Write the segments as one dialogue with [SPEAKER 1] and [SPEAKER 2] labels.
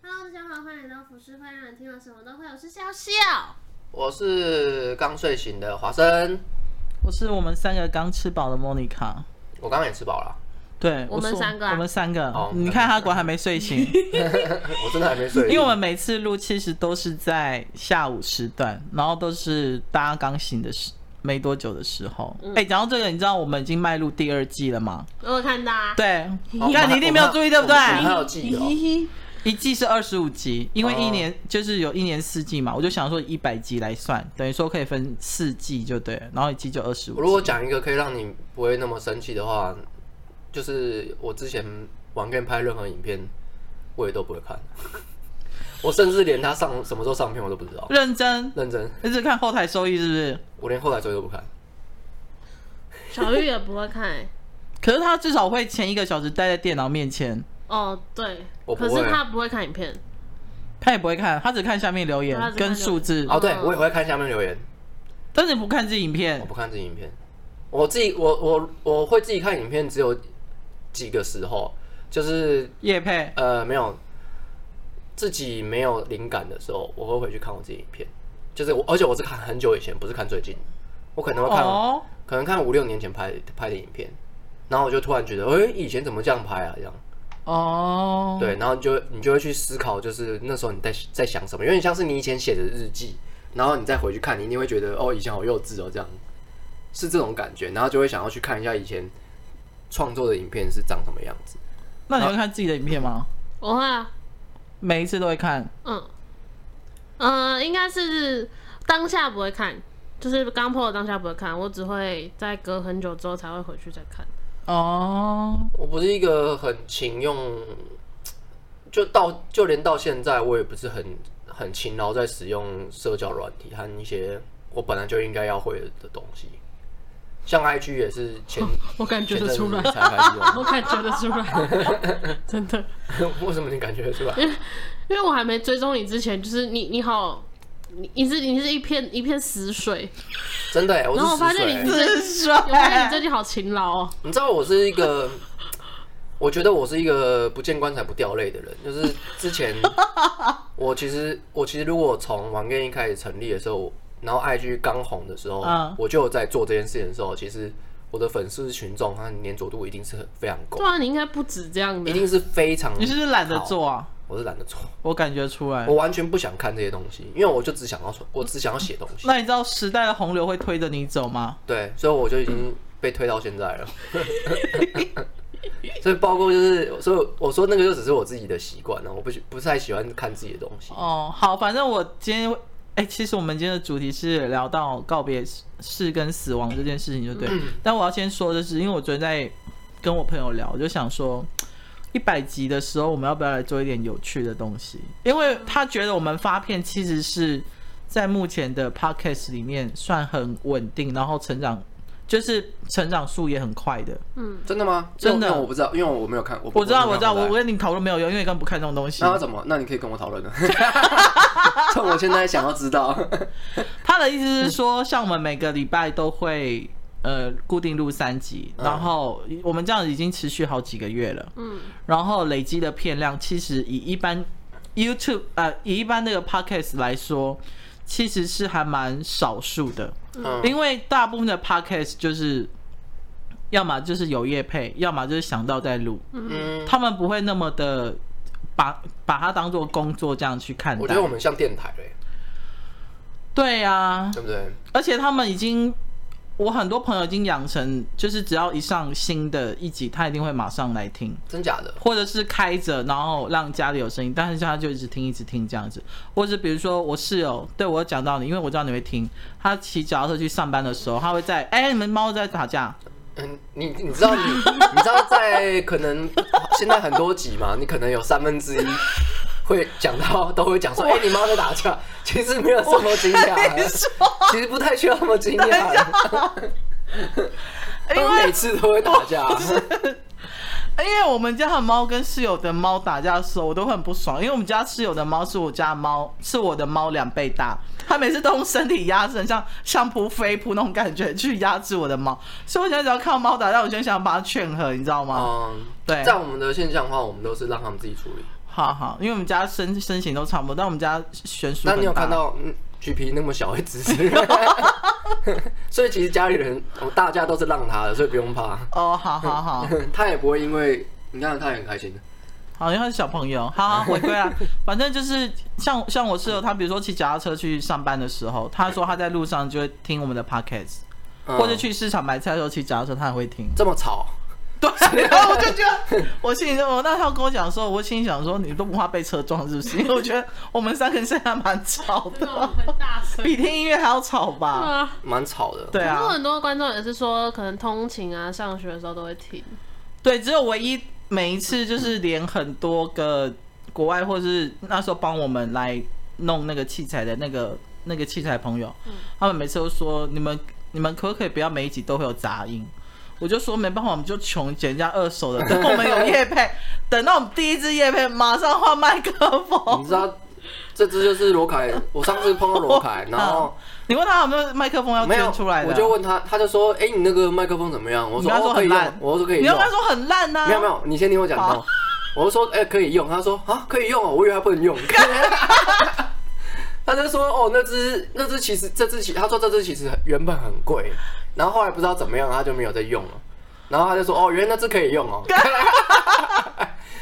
[SPEAKER 1] 到欢迎来到服饰会，让你听了什么都会。我是笑笑，
[SPEAKER 2] 我是刚睡醒的华生，
[SPEAKER 3] 我是我们三个刚吃饱的莫妮卡。
[SPEAKER 2] 我刚刚也吃 饱了，
[SPEAKER 3] 对，
[SPEAKER 1] 我们
[SPEAKER 3] 说
[SPEAKER 1] 三个啊
[SPEAKER 3] 我们三个，
[SPEAKER 2] 哦
[SPEAKER 3] 你看他果然还没睡醒，
[SPEAKER 2] 我真的还没睡。
[SPEAKER 3] 因为我们每次录其实都是在下午时段，然后都是大家刚醒的时没多久的时候。
[SPEAKER 1] 嗯
[SPEAKER 3] 哎、讲到这个，你知道我们已经迈入第二季了吗？
[SPEAKER 1] 我有看到啊。
[SPEAKER 3] 对，
[SPEAKER 2] 哦
[SPEAKER 3] 你看你一定没有注意，对不对
[SPEAKER 2] 我？们还有记得哦，
[SPEAKER 3] 一季是二十五集，因为
[SPEAKER 2] 哦
[SPEAKER 3] 一年、就是有一年四季嘛，我就想说一百集来算，等于说可以分四季就对了，然后一季就二十
[SPEAKER 2] 我
[SPEAKER 3] 五。
[SPEAKER 2] 如果讲一个可以让你不会那么生气的话，就是我之前网片拍任何影片，我也都不会看， 我甚至连他上什么时候上片我都不知道。
[SPEAKER 3] 认真，
[SPEAKER 2] 认真，
[SPEAKER 3] 一直看后台收益是不是？
[SPEAKER 2] 我连后台追都不看。
[SPEAKER 1] 小玉也不会看、欸。
[SPEAKER 3] 可是他至少会前一个小时待在电脑面前，
[SPEAKER 1] 哦，对，
[SPEAKER 2] 我不
[SPEAKER 1] 可
[SPEAKER 2] 会
[SPEAKER 1] 是他不会看影片。
[SPEAKER 3] 他也不会看，他只看下面留言
[SPEAKER 1] 他只看
[SPEAKER 3] 跟数字，
[SPEAKER 1] 留言
[SPEAKER 2] 哦，对，我也会看下面留言，
[SPEAKER 3] 但是不看自己影
[SPEAKER 2] 我
[SPEAKER 3] 片。
[SPEAKER 2] 不看自己影片。我自己，我我我会自己看影片，只有几个时候，就是
[SPEAKER 3] 叶佩，
[SPEAKER 2] 呃，没有，自己没有灵感的时候，我会回去看我自己影片，就是我，而且我是看很久以前，不是看最近，我可能会看，
[SPEAKER 3] 哦，
[SPEAKER 2] 可能看五六年前拍拍的影片，然后我就突然觉得，哎、以前怎么这样拍啊？这样，
[SPEAKER 3] 哦，，
[SPEAKER 2] 对，然后你就你就会去思考，就是那时候你在在想什么，有点像是你以前写的日记，然后你再回去看，你一定会觉得，哦，以前好幼稚哦，这样，是这种感觉，然后就会想要去看一下以前创作的影片是长什么样子。
[SPEAKER 3] 那你会看自己的影片吗？
[SPEAKER 1] 我会啊，
[SPEAKER 3] 每一次都会看，
[SPEAKER 1] 嗯，呃，应该是当下不会看，就是刚破的当下不会看，我只会在隔很久之后才会回去再看。
[SPEAKER 3] 哦，
[SPEAKER 2] 我不是一个很勤用，就到就连到现在，我也不是很很勤劳在使用社交软体和一些我本来就应该要会的东西，像 IG 也是 前
[SPEAKER 1] 我感觉
[SPEAKER 2] 前
[SPEAKER 1] 得
[SPEAKER 2] 阵
[SPEAKER 1] 出
[SPEAKER 2] 子
[SPEAKER 1] 来，
[SPEAKER 2] 才开始
[SPEAKER 1] 我感觉得出来， 真的。
[SPEAKER 2] 用，为什么你感觉得出来？
[SPEAKER 1] 因为我还没追踪你之前，就是你你好，你你是你是一片一片死水，
[SPEAKER 2] 真的、欸，我
[SPEAKER 1] 然后我
[SPEAKER 2] 是
[SPEAKER 1] 发
[SPEAKER 2] 死
[SPEAKER 1] 现
[SPEAKER 2] 水、
[SPEAKER 1] 你
[SPEAKER 2] 欸。
[SPEAKER 3] 真
[SPEAKER 1] 我发现你最
[SPEAKER 3] 帅，
[SPEAKER 1] 近好勤劳哦。
[SPEAKER 2] 你知道我是一个，我觉得我是一个不见棺材不掉泪的人。就是之 前我其实我其实如果从玩 game 一开始成立的时候，然后 IG 刚红的时候，
[SPEAKER 3] 嗯
[SPEAKER 2] 我就有在做这件事情的时候，其实我的粉丝群众和粘着度一定是很非常够
[SPEAKER 1] 对，啊，你应该不止这样
[SPEAKER 2] 一
[SPEAKER 1] 的。
[SPEAKER 2] 定是非常。
[SPEAKER 3] 你是不是懒得？做啊？
[SPEAKER 2] 我是懒得做，
[SPEAKER 3] 我感觉出来
[SPEAKER 2] 我。完全不想看这些东西，因为我就只想要我只想要写东西。
[SPEAKER 3] 那你知道时代的洪流会推着你走吗？
[SPEAKER 2] 对，所以我就已经被推到现在了。 所以包括就是，所以我说那个就只是我自己的习惯啊了，我不喜不太喜欢看自己的东西。
[SPEAKER 3] 哦，好，反正我今天，哎、其实我们今天的主题是聊到告别式跟死亡这件事情，就对。但我要先说，就是因为我昨天在跟我朋友聊，我就想说，一百集的时候，我们要不要来做一点有趣的东西？因为他觉得我们发片其实是在目前的 podcast 里面算很稳定，然后成长就是成长速也很快的。
[SPEAKER 1] 嗯
[SPEAKER 2] 真的吗？
[SPEAKER 3] 真的
[SPEAKER 2] 因为我不知道，因为我没有看。我
[SPEAKER 3] 我知道，
[SPEAKER 2] 没
[SPEAKER 3] 我
[SPEAKER 2] 有
[SPEAKER 3] 知道，
[SPEAKER 2] 看
[SPEAKER 3] 我
[SPEAKER 2] 过
[SPEAKER 3] 我跟你讨论没有用，因为你根本不看这种东西。
[SPEAKER 2] 那要怎么？那你可以跟我讨论呢。 趁我现在想要知道，
[SPEAKER 3] 他的意思是说，像我们每个礼拜都会呃固定录三集，
[SPEAKER 2] 嗯
[SPEAKER 3] 然后我们这样已经持续好几个月了，
[SPEAKER 1] 嗯，
[SPEAKER 3] 然后累积的片量，其实以一般 YouTube 呃以一般那个 Podcast 来说，其实是还蛮少数的，
[SPEAKER 2] 嗯，
[SPEAKER 3] 因为大部分的 Podcast 就是。要么就是有业配，要么就是想到在录，
[SPEAKER 2] 嗯
[SPEAKER 3] 他们不会那么的把把它当做工作这样去看
[SPEAKER 2] 我觉得
[SPEAKER 3] 待。
[SPEAKER 2] 我们像电台嘞，
[SPEAKER 3] 对啊，
[SPEAKER 2] 对不对？
[SPEAKER 3] 而且他们已经，我很多朋友已经养成，就是只要一上新的一集，他一定会马上来听，
[SPEAKER 2] 真假的？
[SPEAKER 3] 或者是开着，然后让家里有声音，但是他就一直听，一直听这样子。或者比如说我室友对我有讲到你，因为我知道你会听，他骑脚踏车去上班的时候，他会在哎、你们猫在打架，
[SPEAKER 2] 嗯，你你知道你你知道在可能现在很多集嘛，你可能有三分之一会讲到都会讲说，哎、你妈在打架，其实没有这么惊讶，啊其实不太需要那么惊讶，啊
[SPEAKER 3] 因
[SPEAKER 2] 他们每
[SPEAKER 3] 为
[SPEAKER 2] 次都会打架，啊
[SPEAKER 3] 因为我们家的猫跟室友的猫打架的时候，我都会很不爽，因为我们家室友的猫是我家的猫，是我的猫两倍大，它每次都用身体压制，很像像扑飞扑那种感觉去压制我的猫，所以我现在只要看到猫打架，我就想把它劝和，你知道吗？
[SPEAKER 2] 嗯，
[SPEAKER 3] 对
[SPEAKER 2] 在我们的现象的话，我们都是让他们自己处理，
[SPEAKER 3] 好好，因为我们家身身形都差不多，但我们家悬殊
[SPEAKER 2] 那
[SPEAKER 3] 很大。
[SPEAKER 2] 你有看到嗯橘皮那么小会直视？ 所以其实家里人，哦大家都是让他的，所以不用怕。
[SPEAKER 3] 哦，好好好，
[SPEAKER 2] 他也不会因为你看他也很开心的，
[SPEAKER 3] 好，因为他是小朋友，好好回归啊。反正就是像像我室友，他比如说骑脚踏车去上班的时候，他说他在路上就会听我们的 podcast，、
[SPEAKER 2] 嗯
[SPEAKER 3] 或者去市场买菜的时候骑脚踏车，他也会听。
[SPEAKER 2] 这么吵，
[SPEAKER 3] 对，然后我就觉得，我心里就我那他跟我讲说，我心里想说，你都不怕被车撞是不是？因为我觉得我们三个人现在蛮吵
[SPEAKER 1] 那种
[SPEAKER 3] 的，
[SPEAKER 1] 很大声。
[SPEAKER 3] 比听音乐还要吵
[SPEAKER 1] 对
[SPEAKER 3] 吧？
[SPEAKER 1] 啊，
[SPEAKER 2] 蛮吵的。
[SPEAKER 3] 对
[SPEAKER 1] 然后
[SPEAKER 3] 啊，
[SPEAKER 1] 很多观众也是说，可能通勤啊、上学的时候都会听。
[SPEAKER 3] 对，只有唯一每一次就是连很多个国外或是那时候帮我们来弄那个器材的那个那个器材朋友，他们每次都说你们你们可不可以不要每一集都会有杂音？我就说没办法，我们就穷捡人家二手的，等我们有夜配，等到我们第一支夜配，马上换麦克风
[SPEAKER 2] 你。知
[SPEAKER 3] 哦
[SPEAKER 2] 道，这只就是罗凯，我上次碰到罗凯，然后
[SPEAKER 3] 你问他有没有麦克风哦要
[SPEAKER 2] 没有
[SPEAKER 3] 捐出来的？
[SPEAKER 2] 我就问他，他就说：“哎、你那个麦克风怎么样？”我
[SPEAKER 3] 你
[SPEAKER 2] 说：“
[SPEAKER 3] 要
[SPEAKER 2] 哦
[SPEAKER 3] 说
[SPEAKER 2] 可以用
[SPEAKER 3] 很烂，。”
[SPEAKER 2] 我说：“可以
[SPEAKER 3] 你
[SPEAKER 2] 用
[SPEAKER 3] 要。跟他说很烂啊呐、”
[SPEAKER 2] 没有没有，你先听我讲到
[SPEAKER 3] 好。
[SPEAKER 2] 我就说：“哎、可以用。”他说：“啊，可以用哦，我以为他不能用。” 他就说：“哦，那只那只其实这只其他说这只其实很原本很贵，然后后来不知道怎么样，他就没有再用了。然后他就说：‘哦，原来那只可以用 哦。’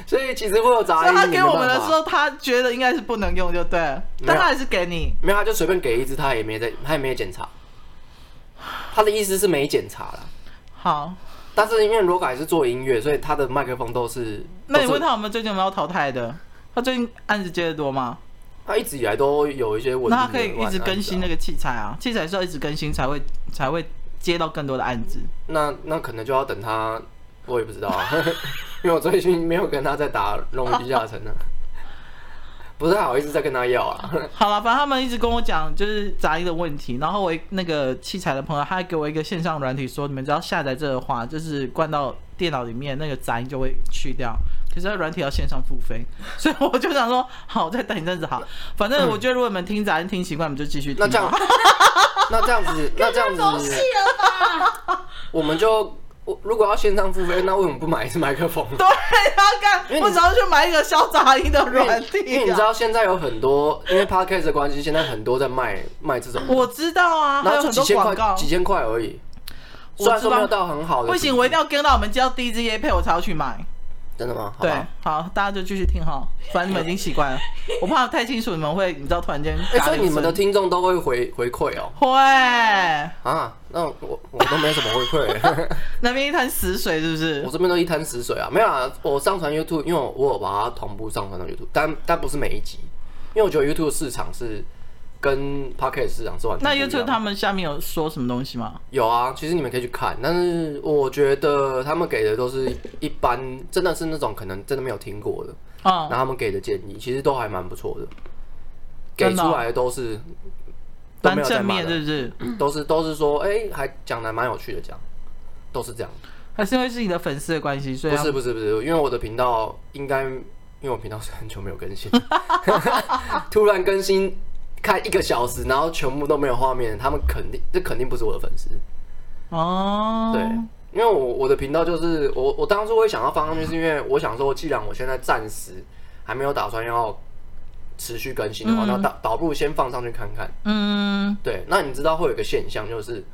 [SPEAKER 2] 所以其实会有杂
[SPEAKER 3] 所
[SPEAKER 2] 音，
[SPEAKER 3] 以他给我们
[SPEAKER 2] 你没
[SPEAKER 3] 的
[SPEAKER 2] 办
[SPEAKER 3] 时
[SPEAKER 2] 法
[SPEAKER 3] 候，他觉得应该是不能用，就对了，
[SPEAKER 2] 没有
[SPEAKER 3] 但他还是给你。
[SPEAKER 2] 没有，他就随便给一只，他也没在，他也没有检查。他的意思是没检查啦，
[SPEAKER 3] 好，
[SPEAKER 2] 但是因为罗凯是做音乐，所以他的麦克风都是。
[SPEAKER 3] 那你
[SPEAKER 2] 都是
[SPEAKER 3] 问，他有没有最近有没有淘汰的？他最近案子接的多吗？
[SPEAKER 2] 他一直以来都有一些问题。
[SPEAKER 3] 那他可以一直更新那
[SPEAKER 2] 个。
[SPEAKER 3] 个器材啊，器材是要一直更新才会才会接到更多的案子。
[SPEAKER 2] 那那可能就要等他，我也不知道、 啊，因为我最近没有跟他在打《龙与地下城》了，啊不太好意思再跟他要 啊。
[SPEAKER 3] 好了，反正他们一直跟我讲就是杂音的问题，然后我一那个器材的朋友，他还给我一个线上软体说，你们只要下载这个的话，就是灌到电脑里面，那个杂音就会去掉。可是它软体要线上付费，所以我就想说，好，我再等一阵子好。反正我觉得如果你们听杂音听习惯，你们就继续听。
[SPEAKER 2] 嗯那这样，那这样 子，那这样子，
[SPEAKER 3] 哦
[SPEAKER 2] 我们就我如果要线上付费，那为什么不买一支麦克风？
[SPEAKER 3] 对啊，干，
[SPEAKER 2] 因为你
[SPEAKER 3] 我只要去买一个消杂音的软体、啊
[SPEAKER 2] 因为你知道现在有很多，因为 podcast 的关系，现在很多在卖卖这种，
[SPEAKER 3] 我知道啊，还
[SPEAKER 2] 然
[SPEAKER 3] 有
[SPEAKER 2] 后就
[SPEAKER 3] 很
[SPEAKER 2] 几
[SPEAKER 3] 多
[SPEAKER 2] 千
[SPEAKER 3] 广
[SPEAKER 2] 块
[SPEAKER 3] 告
[SPEAKER 2] 几。千块而已，
[SPEAKER 3] 我知道
[SPEAKER 2] 虽然说没有到很好的，
[SPEAKER 3] 不行，我一定要跟到我们接到第一支 E A 配，我才要去买。
[SPEAKER 2] 真的吗？好吧
[SPEAKER 3] 对，好，大家就继续听哈，反正你们已经习惯了，我怕太清楚你们会，你知道突然间
[SPEAKER 2] 哎，
[SPEAKER 3] 打
[SPEAKER 2] 所以
[SPEAKER 3] 雷声
[SPEAKER 2] 你们的听众都会回回馈哦。
[SPEAKER 3] 会
[SPEAKER 2] 啊，那我我都没什么回馈，
[SPEAKER 3] 那边一滩死水是不
[SPEAKER 2] 我
[SPEAKER 3] 是？
[SPEAKER 2] 这边都一滩死水啊。没有啊，我上传 YouTube，因为我我有把它同步上传到 YouTube，但但不是每一集，因为我觉得 YouTube 市场是跟 Podcast 市场是完全
[SPEAKER 3] 那
[SPEAKER 2] 不一样的
[SPEAKER 3] YouTube 他们下面有说什么东西吗？
[SPEAKER 2] 有啊，其实你们可以去看，但是我觉得他们给的都是一般，真的是那种可能真的没有听过的，
[SPEAKER 3] 嗯
[SPEAKER 2] 然后他们给的建议其实都还蛮不错的，给
[SPEAKER 3] 真的哦
[SPEAKER 2] 出来的都是都没
[SPEAKER 3] 蛮
[SPEAKER 2] 有在
[SPEAKER 3] 正
[SPEAKER 2] 骂
[SPEAKER 3] 面是
[SPEAKER 2] 的，
[SPEAKER 3] 不是？
[SPEAKER 2] 都是都是说哎、还讲的蛮有趣的，这样都是这样，
[SPEAKER 3] 还是因为是你的粉丝的关系，所以
[SPEAKER 2] 不
[SPEAKER 3] 他
[SPEAKER 2] 是不是不是，因为我的频道应该因为我频道是很久没有更新， 突然更新看一个小时，然后全部都没有画面，他们肯定这肯定不是我的粉丝，
[SPEAKER 3] 哦，
[SPEAKER 2] 对，因为我我的频道就是我我当初会想要放上去，是因为我想说，既然我现在暂时还没有打算要持续更新的话，
[SPEAKER 3] 嗯
[SPEAKER 2] 那倒倒不如先放上去看看。
[SPEAKER 3] 嗯，
[SPEAKER 2] 对，那你知道会有一个现象，就是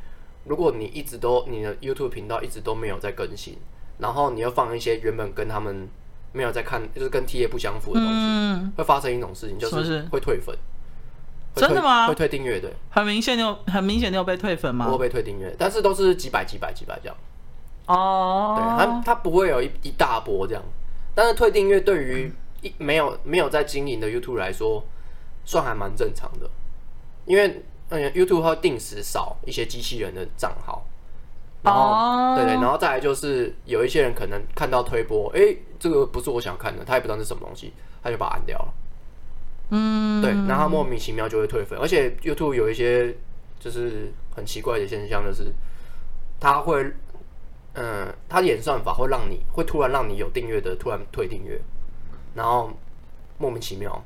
[SPEAKER 2] 如果你一直都你的 YouTube 频道一直都没有在更新，然后你又放一些原本跟他们没有在看，就是跟 TA 不相符的东西，
[SPEAKER 3] 嗯，
[SPEAKER 2] 会发生一种事情，就
[SPEAKER 3] 什么事
[SPEAKER 2] 是会退粉。会
[SPEAKER 3] 真的
[SPEAKER 2] 退
[SPEAKER 3] 吗
[SPEAKER 2] 会退订阅的，
[SPEAKER 3] 很明显你有，很明显你有被退粉吗
[SPEAKER 2] 我？会被退订阅，但是都是几百、几百、几百这样。对，它
[SPEAKER 3] 哦，
[SPEAKER 2] 它不会有一一大波这样，但是退订阅对于一没有没有在经营的 YouTube 来说，算还蛮正常的，因为嗯 YouTube 它会定时扫一些机器人的账号，然后、
[SPEAKER 3] 哦
[SPEAKER 2] 对对，然后再来就是有一些人可能看到推播，诶，这个不是我想看的，他也不知道是什么东西，他就把它按掉了，
[SPEAKER 3] 嗯，
[SPEAKER 2] 对，然后他莫名其妙就会退粉，而且 YouTube 有一些就是很奇怪的现象，就是它会，嗯、它的演算法会让你会突然让你有订阅的突然退订阅，然后莫名其妙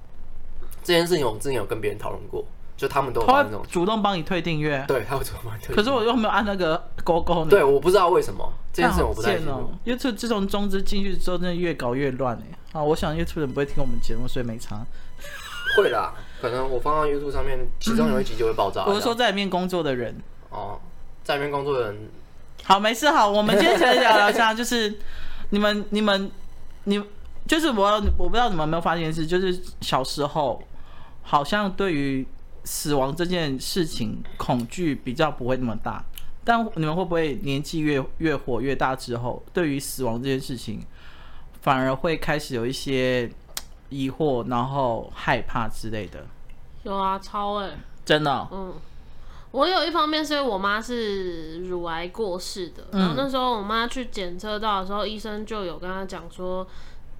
[SPEAKER 2] 这件事情，我之前有跟别人讨论过，就他们都有
[SPEAKER 3] 他
[SPEAKER 2] 发生这
[SPEAKER 3] 会
[SPEAKER 2] 种，
[SPEAKER 3] 主动帮你退订阅，
[SPEAKER 2] 对，他会怎么办？
[SPEAKER 3] 可是我又没有按那个勾勾呢。
[SPEAKER 2] 对，我不知道为什么这件事
[SPEAKER 3] 好
[SPEAKER 2] 我不太清
[SPEAKER 3] 贱哦
[SPEAKER 2] 楚
[SPEAKER 3] 哦。。YouTube 自从中资进去之后，真的越搞越乱哎、啊，我想 YouTube 人不会听我们节目，所以没差。
[SPEAKER 2] 会啦，可能我放到 YouTube 上面，其中有一集就会爆炸。
[SPEAKER 3] 我是说在里面工作的人。
[SPEAKER 2] 哦，在那边工作的人，
[SPEAKER 3] 好，没事，好，我们今天想聊聊一下，就是你们、你们、你，就是我，我不知道你们有没有发现一件事，就是小时候好像对于死亡这件事情恐惧比较不会那么大，但你们会不会年纪越越活越大之后，对于死亡这件事情反而会开始有一些疑惑，然后害怕之类的？
[SPEAKER 1] 有啊，超哎、
[SPEAKER 3] 真的哦、
[SPEAKER 1] 嗯，我有一方面是因为我妈是乳癌过世的，
[SPEAKER 3] 嗯
[SPEAKER 1] 然后那时候我妈去检测到的时候，医生就有跟她讲说，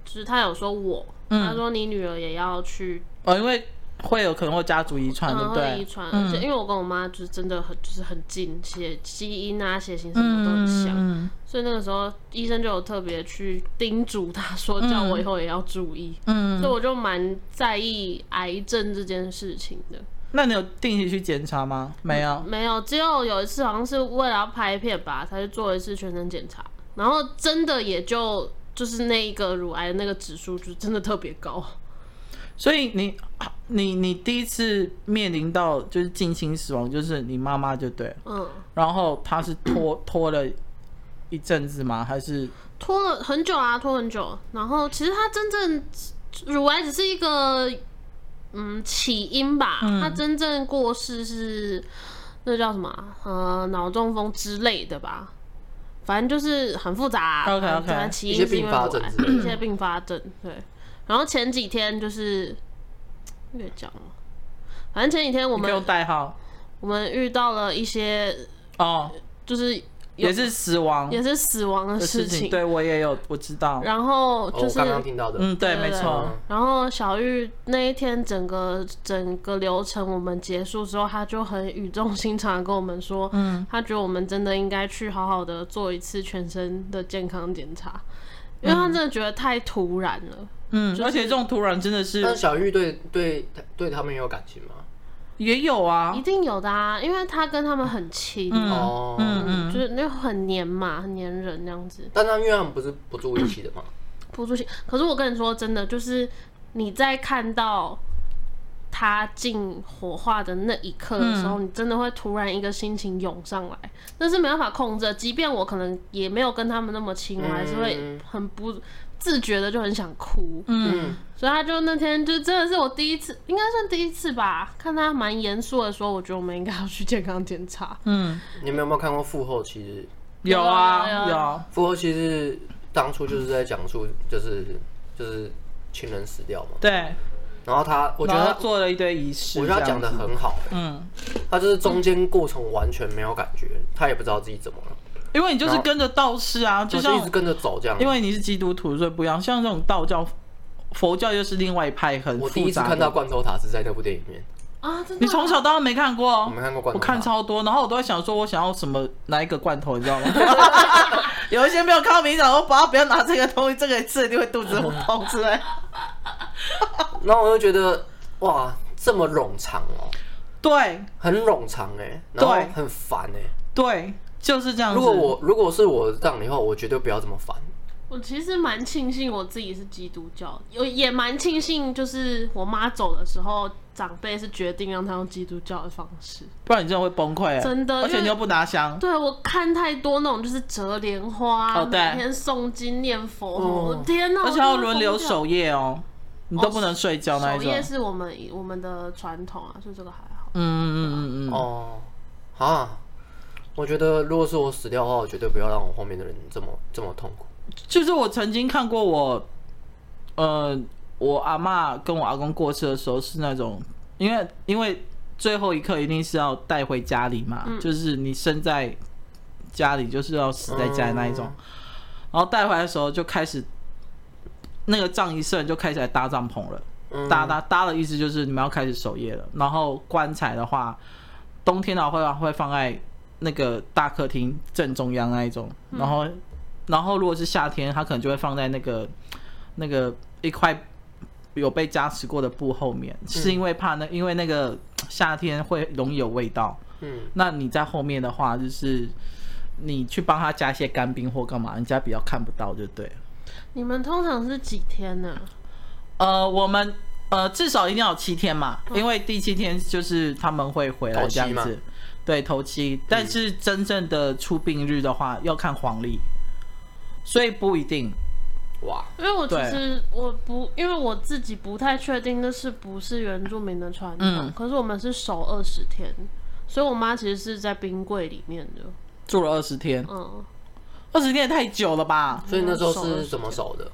[SPEAKER 1] 就是她有说我，
[SPEAKER 3] 嗯
[SPEAKER 1] 她说你女儿也要去，
[SPEAKER 3] 哦，因为会有可能会家族遗传，对
[SPEAKER 1] 嗯，
[SPEAKER 3] 不
[SPEAKER 1] 会
[SPEAKER 3] 对？
[SPEAKER 1] 遗传，而且因为我跟我妈就是真的很就是很近，血基因啊、血型什么都很像，
[SPEAKER 3] 嗯
[SPEAKER 1] 所以那个时候医生就有特别去叮嘱她说，叫我以后也要注意，
[SPEAKER 3] 嗯，
[SPEAKER 1] 所以我就蛮在意癌症这件事情的。
[SPEAKER 3] 那你有定期去检查吗？没有。
[SPEAKER 1] 没有，只有有一次好像是为了要拍片吧，才去做一次全身检查，然后真的也就就是那一个乳癌的那个指数就真的特别高。
[SPEAKER 3] 所以你你你第一次面临到就是近亲死亡，就是你妈妈就对了，
[SPEAKER 1] 嗯，
[SPEAKER 3] 然后她是 拖拖了一阵子吗？还是
[SPEAKER 1] 拖了很久啊，拖很久。然后其实它真正乳癌只是一个嗯起因吧，
[SPEAKER 3] 嗯
[SPEAKER 1] 它真正过世是那叫什么啊呃脑中风之类的吧。反正就是很复杂、啊
[SPEAKER 3] OK，OK
[SPEAKER 1] 反正起
[SPEAKER 2] 一
[SPEAKER 1] 因
[SPEAKER 2] 些
[SPEAKER 1] 是因为
[SPEAKER 2] 并发
[SPEAKER 1] 乳
[SPEAKER 2] 症
[SPEAKER 1] 癌
[SPEAKER 2] 之类的
[SPEAKER 1] 一些并发症，对。然后前几天就是越讲了，反正前几天我
[SPEAKER 3] 你可以用
[SPEAKER 1] 们
[SPEAKER 3] 代号
[SPEAKER 1] 我们遇到了一些
[SPEAKER 3] 哦，
[SPEAKER 1] 就是
[SPEAKER 3] 也是死亡
[SPEAKER 1] 也是死亡的
[SPEAKER 3] 的
[SPEAKER 1] 事
[SPEAKER 3] 事
[SPEAKER 1] 情，
[SPEAKER 3] 情。对我也有，我知道。
[SPEAKER 1] 然后
[SPEAKER 2] 哦，
[SPEAKER 1] 就
[SPEAKER 2] 我
[SPEAKER 1] 是、
[SPEAKER 2] 刚刚听到的，
[SPEAKER 3] 嗯，对，
[SPEAKER 1] 对
[SPEAKER 3] 没错。
[SPEAKER 1] 然后小玉那一天整个整个流程我们结束之后，她就很语重心长地跟我们说，嗯，她觉得我们真的应该去好好的做一次全身的健康检查，因为她真的觉得太突然了。
[SPEAKER 3] 嗯，而且这种突然真的
[SPEAKER 2] 但
[SPEAKER 1] 呃
[SPEAKER 3] 是
[SPEAKER 2] 小玉对对对他们也有感情吗？
[SPEAKER 3] 也有啊
[SPEAKER 1] 一。定有的啊，因为她跟他们很亲，
[SPEAKER 2] 哦，
[SPEAKER 1] 嗯，就是那很黏嘛，很黏人那样子，
[SPEAKER 2] 但他们因为他们不是不住一起的嘛，
[SPEAKER 1] 不出去。可是我跟你说真的，就是你在看到他进火化的那一刻的时
[SPEAKER 3] 嗯
[SPEAKER 1] 候，你真的会突然一个心情涌上来，那是没办法控制的。即便我可能也没有跟他们那么亲，
[SPEAKER 3] 嗯
[SPEAKER 1] 我还是会很不自觉的就很想哭。
[SPEAKER 2] 嗯，
[SPEAKER 1] 所以他就那天就真的是我第一次，应该算第一次吧，看他蛮严肃的说，我觉得我们应该要去健康检查。
[SPEAKER 3] 嗯，
[SPEAKER 2] 你们有没有看过《复后七日》？
[SPEAKER 3] 有啊，
[SPEAKER 1] 有啊有
[SPEAKER 3] 有
[SPEAKER 1] 啊。
[SPEAKER 2] 《复后七日》当初就是在讲述就是就是亲人死掉嘛，
[SPEAKER 3] 对，
[SPEAKER 2] 然后他我觉
[SPEAKER 3] 然后
[SPEAKER 2] 得他
[SPEAKER 3] 她做了一堆仪式。
[SPEAKER 2] 我觉得他
[SPEAKER 3] 这样
[SPEAKER 2] 讲的
[SPEAKER 3] 子
[SPEAKER 2] 很好，欸
[SPEAKER 3] 嗯。
[SPEAKER 2] 他就是中间过程完全没有感觉，他也不知道自己怎么了，
[SPEAKER 3] 因为你就是
[SPEAKER 2] 然后
[SPEAKER 3] 跟着道士啊，就
[SPEAKER 2] 就
[SPEAKER 3] 像
[SPEAKER 2] 是一直跟着走这样。
[SPEAKER 3] 因为你是基督徒，所以不一样。像这种道教、佛教又是另外一派很
[SPEAKER 2] 我第
[SPEAKER 3] 复
[SPEAKER 2] 一次
[SPEAKER 3] 杂
[SPEAKER 2] 看到
[SPEAKER 3] 的。
[SPEAKER 2] 罐头塔是在那部电影里面，
[SPEAKER 1] 啊，真的啊、
[SPEAKER 3] 你从小到大没看过？
[SPEAKER 2] 我没看过罐头塔
[SPEAKER 3] 哦我看超多，然后我都在想说，我想要什么哪一个罐头，你知 道吗？ 有一些没有看到名字，我不要不要拿这个东西，这个吃一定会肚子痛之类。
[SPEAKER 2] 然后我就觉得哇，这么冗长哦，
[SPEAKER 3] 对
[SPEAKER 2] 很冗长哎、然后
[SPEAKER 3] 对
[SPEAKER 2] 很烦哎、
[SPEAKER 3] 对，就是这样子。
[SPEAKER 2] 如果我如果是我让你的话，我绝对不要这么烦。
[SPEAKER 1] 我其实蛮庆幸我自己是基督教，有也蛮庆幸，就是我妈走的时候，长辈是决定让她用基督教的方式。
[SPEAKER 3] 不然你真的会崩溃、欸，
[SPEAKER 1] 真的
[SPEAKER 3] 而且你又不拿香，
[SPEAKER 1] 对我看太多那种就是折莲花，
[SPEAKER 3] 哦对
[SPEAKER 1] 每天诵经念佛，
[SPEAKER 2] 哦
[SPEAKER 1] 我的天哪！
[SPEAKER 3] 而且
[SPEAKER 1] 啊我真的
[SPEAKER 3] 要轮流
[SPEAKER 1] 疯掉哦
[SPEAKER 3] 守夜哦，你都不能睡觉那一
[SPEAKER 1] 守
[SPEAKER 3] 种
[SPEAKER 1] 夜。是我们我们的传统啊，所以这个还好。
[SPEAKER 3] 嗯嗯嗯嗯嗯，
[SPEAKER 2] 哦，啊，我觉得如果是我死掉的话，我绝对不要让我后面的人这么这么痛苦。
[SPEAKER 3] 就是我曾经看过我，呃，我阿嬷跟我阿公过世的时候是那种，因为因为最后一刻一定是要带回家里嘛，就是你生在家里就是要死在家里那一
[SPEAKER 2] 哦
[SPEAKER 3] 种，然后带回来的时候就开始。那个葬仪社就开始来搭帐篷了，
[SPEAKER 2] 嗯
[SPEAKER 3] 搭搭搭的意思就是你们要开始守夜了。然后棺材的话，冬天的话会放在那个大客厅正中央那一种，然后然后如果是夏天，它可能就会放在那个那个一块有被加持过的布后面，是因为怕那因为那个夏天会容易有味道。
[SPEAKER 2] 嗯，
[SPEAKER 3] 那你在后面的话，就是你去帮他加一些干冰或干嘛，人家比较看不到，就对了。
[SPEAKER 1] 你们通常是几天呢、
[SPEAKER 3] 呃，我们呃至少一定要有七天嘛，
[SPEAKER 1] 嗯
[SPEAKER 3] 因为第七天就是他们会回来
[SPEAKER 2] 头七
[SPEAKER 3] 这样
[SPEAKER 2] 嘛
[SPEAKER 3] 子，对头七。但是真正的出殡日的话，要看黄历，所以不一定。
[SPEAKER 2] 哇，
[SPEAKER 1] 因为我其
[SPEAKER 3] 对
[SPEAKER 1] 实我不，因为我自己不太确定那是不是原住民的传统，
[SPEAKER 3] 嗯
[SPEAKER 1] 可是我们是守二十天，所以我妈其实是在冰柜里面的，
[SPEAKER 3] 住了二十天，
[SPEAKER 1] 嗯，
[SPEAKER 3] 二十天也太久了吧？
[SPEAKER 2] 所以那时候是
[SPEAKER 1] 嗯
[SPEAKER 2] 怎么守的？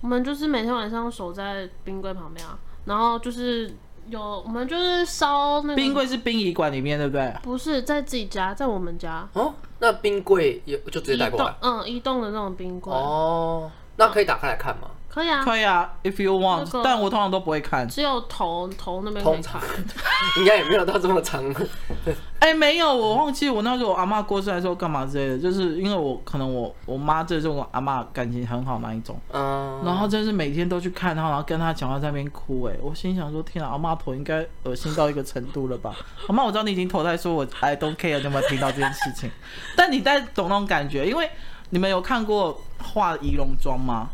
[SPEAKER 1] 我们就是每天晚上守在冰柜旁边啊，然后就是有我们就是烧那个
[SPEAKER 3] 冰，柜是殡仪馆里面，对不对？
[SPEAKER 1] 不是在自己家，在我们家
[SPEAKER 2] 哦，那冰柜也就直接
[SPEAKER 1] 移
[SPEAKER 2] 带过
[SPEAKER 1] 动
[SPEAKER 2] 来，
[SPEAKER 1] 嗯移动的那种冰柜，
[SPEAKER 2] 哦，那可以打开来看吗？
[SPEAKER 1] 可以啊，
[SPEAKER 3] 可以啊，if you
[SPEAKER 1] 那
[SPEAKER 3] want，、
[SPEAKER 1] 个
[SPEAKER 3] 但我通常都不会看。
[SPEAKER 1] 只有头头那边会
[SPEAKER 2] 通常
[SPEAKER 1] 看
[SPEAKER 2] 应该也没有到这么长，
[SPEAKER 3] 哎、没有，我忘记我那时候我阿妈过世的时候干嘛之类的，就是因为我可能我我妈这种阿妈感情很好那一种，
[SPEAKER 2] 嗯，
[SPEAKER 3] 然后真是每天都去看她，然后跟她讲话在那边哭、哎，我心想说天啊，阿妈头应该恶心到一个程度了吧？阿妈，我知道你已经投胎，说我 I don't care 你有没有听到这件事情，但你在懂那种感觉，因为你们有看过画仪容妆吗？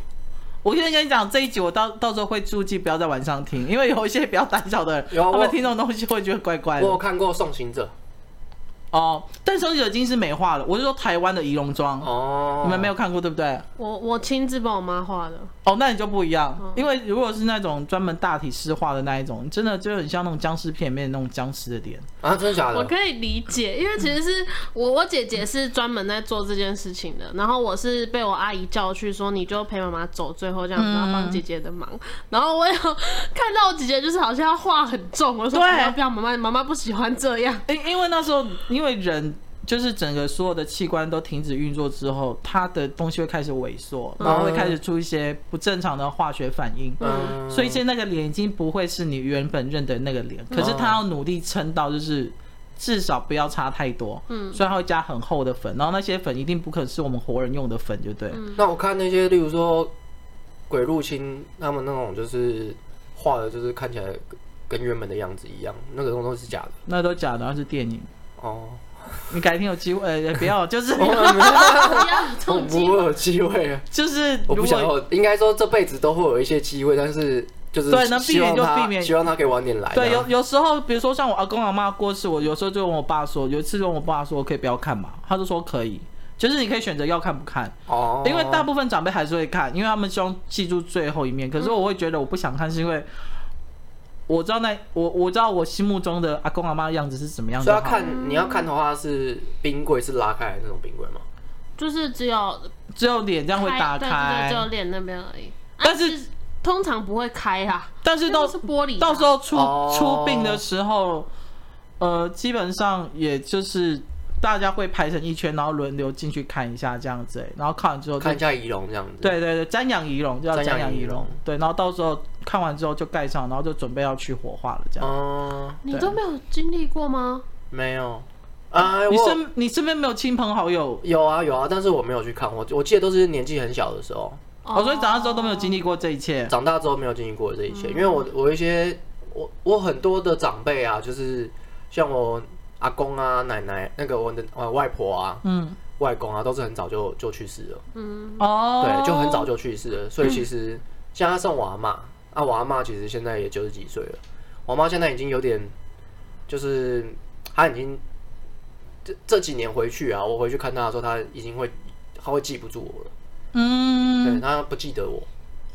[SPEAKER 3] 我现在跟你讲这一集，我到到时候会注记不要在晚上听，因为有一些比较胆小的人，
[SPEAKER 2] 有啊
[SPEAKER 3] 他
[SPEAKER 2] 我
[SPEAKER 3] 们听这种东西会觉得怪怪
[SPEAKER 2] 我
[SPEAKER 3] 的。
[SPEAKER 2] 有看过送行者
[SPEAKER 3] 哦，但手指已经是美化了。我是说台湾的仪容妆，
[SPEAKER 2] 哦，
[SPEAKER 3] 你们没有看过对不对？
[SPEAKER 1] 我我亲自帮我妈画的，
[SPEAKER 3] 哦，那你就不一样，
[SPEAKER 1] 嗯
[SPEAKER 3] 因为如果是那种专门大体诗画的那一种，真的就很像那种僵尸片里面那种僵尸的脸。
[SPEAKER 2] 啊？真的假
[SPEAKER 1] 我
[SPEAKER 2] 的？
[SPEAKER 1] 可以理解，因为其实是我我姐姐是专门在做这件事情的，然后我是被我阿姨叫去说，你就陪妈妈走，最后这样子，然后帮姐姐的忙。然后我有 看到我姐姐就是好像话很重，我说不
[SPEAKER 3] 对
[SPEAKER 1] 要不要，妈妈妈妈不喜欢这样。
[SPEAKER 3] 因因为那时候，因为人就是整个所有的器官都停止运作之后，它的东西会开始萎缩，然后会开始出一些不正常的化学反应。
[SPEAKER 2] 嗯，
[SPEAKER 3] 所以现在那个脸已经不会是你原本认得那个脸，可是他要努力撑到就是至少不要差太多，嗯，所以他会加很厚的粉，然后那些粉一定不可能是我们活人用的粉，就对，
[SPEAKER 2] 那我看那些，例如说鬼入侵，他们那种就是画的，就是看起来跟跟原本的样子一样，那个东西是假的
[SPEAKER 3] 那都假的，那是电影。
[SPEAKER 2] 哦。
[SPEAKER 3] 你改天有机 会，呃，不要，就是
[SPEAKER 2] 我没
[SPEAKER 1] 不要有这
[SPEAKER 2] 有
[SPEAKER 1] 种
[SPEAKER 2] 我
[SPEAKER 1] 机
[SPEAKER 2] 不
[SPEAKER 1] 会
[SPEAKER 2] 会有机会啊，
[SPEAKER 3] 就是
[SPEAKER 2] 我
[SPEAKER 3] 如
[SPEAKER 2] 不想
[SPEAKER 3] 果
[SPEAKER 2] 要，应该说这辈子都会有一些机会，但是就是
[SPEAKER 3] 对能避
[SPEAKER 2] 希望
[SPEAKER 3] 免就
[SPEAKER 2] 他
[SPEAKER 3] 避免
[SPEAKER 2] 希望他可以晚点来。啊
[SPEAKER 3] 对
[SPEAKER 2] 这样
[SPEAKER 3] 有有时候，比如说像我阿公阿妈过世，我有时候就问我爸说，有一次问我爸说可以不要看嘛，他就说可以，就是你可以选择要看不看，
[SPEAKER 2] 哦，
[SPEAKER 3] 因为大部分长辈还是会看，因为他们希望记住最后一面。
[SPEAKER 2] 嗯
[SPEAKER 3] 可是我会觉得我不想看，是因为我知道那我我知道我心目中的阿公阿妈的样子是怎么样
[SPEAKER 2] 所以
[SPEAKER 3] 的
[SPEAKER 2] 要，看你要看的话是冰柜是拉开来那种冰柜吗？
[SPEAKER 1] 就是只有
[SPEAKER 3] 只有脸这样会打
[SPEAKER 1] 对对对，
[SPEAKER 3] 开
[SPEAKER 1] 只，有脸那边而已。啊
[SPEAKER 3] 但是
[SPEAKER 1] 其实通常不会开啦，
[SPEAKER 3] 但是
[SPEAKER 1] 那
[SPEAKER 3] 到
[SPEAKER 1] 都是玻璃啊，
[SPEAKER 3] 到时候出
[SPEAKER 2] 哦
[SPEAKER 3] 出殡的时候，呃，基本上也就是大家会排成一圈，然后轮流进去看一下这样子、欸然后看完之后就
[SPEAKER 2] 看一下仪容这样子。，
[SPEAKER 3] 哦对对对，瞻仰仪容叫
[SPEAKER 2] 瞻
[SPEAKER 3] 瞻
[SPEAKER 2] 仰
[SPEAKER 3] 仰
[SPEAKER 2] 仪
[SPEAKER 3] 仪容
[SPEAKER 2] 容，
[SPEAKER 3] 对，然后到时候看完之后就盖上，然后就准备要去火化了这样。
[SPEAKER 2] 嗯，
[SPEAKER 1] 你都没有经历过吗？
[SPEAKER 2] 没有，啊，
[SPEAKER 3] 你
[SPEAKER 2] 我
[SPEAKER 3] 身你身边没有亲朋好友，
[SPEAKER 2] 有啊有啊，但是我没有去看，我我记得都是年纪很小的时候，
[SPEAKER 3] 哦，所以长大之后都没有经历过这一切。
[SPEAKER 2] 长大之后没有经历过这一
[SPEAKER 3] 嗯
[SPEAKER 2] 切，因为我我一些我我很多的长辈啊，就是像我阿公啊、奶奶那个我的呃外婆啊、
[SPEAKER 3] 嗯，
[SPEAKER 2] 外公啊，都是很早就就去世了，
[SPEAKER 1] 嗯
[SPEAKER 3] 哦，
[SPEAKER 2] 对，就很早。就去世了，所以其实像他送我阿妈，啊，我阿妈其实现在也九十几岁了，我妈现在已经有点就是她已经这这几年回去啊，我回去看她的时候，她已经会她会记不住我了，对，
[SPEAKER 3] 嗯，
[SPEAKER 2] 她不记得我。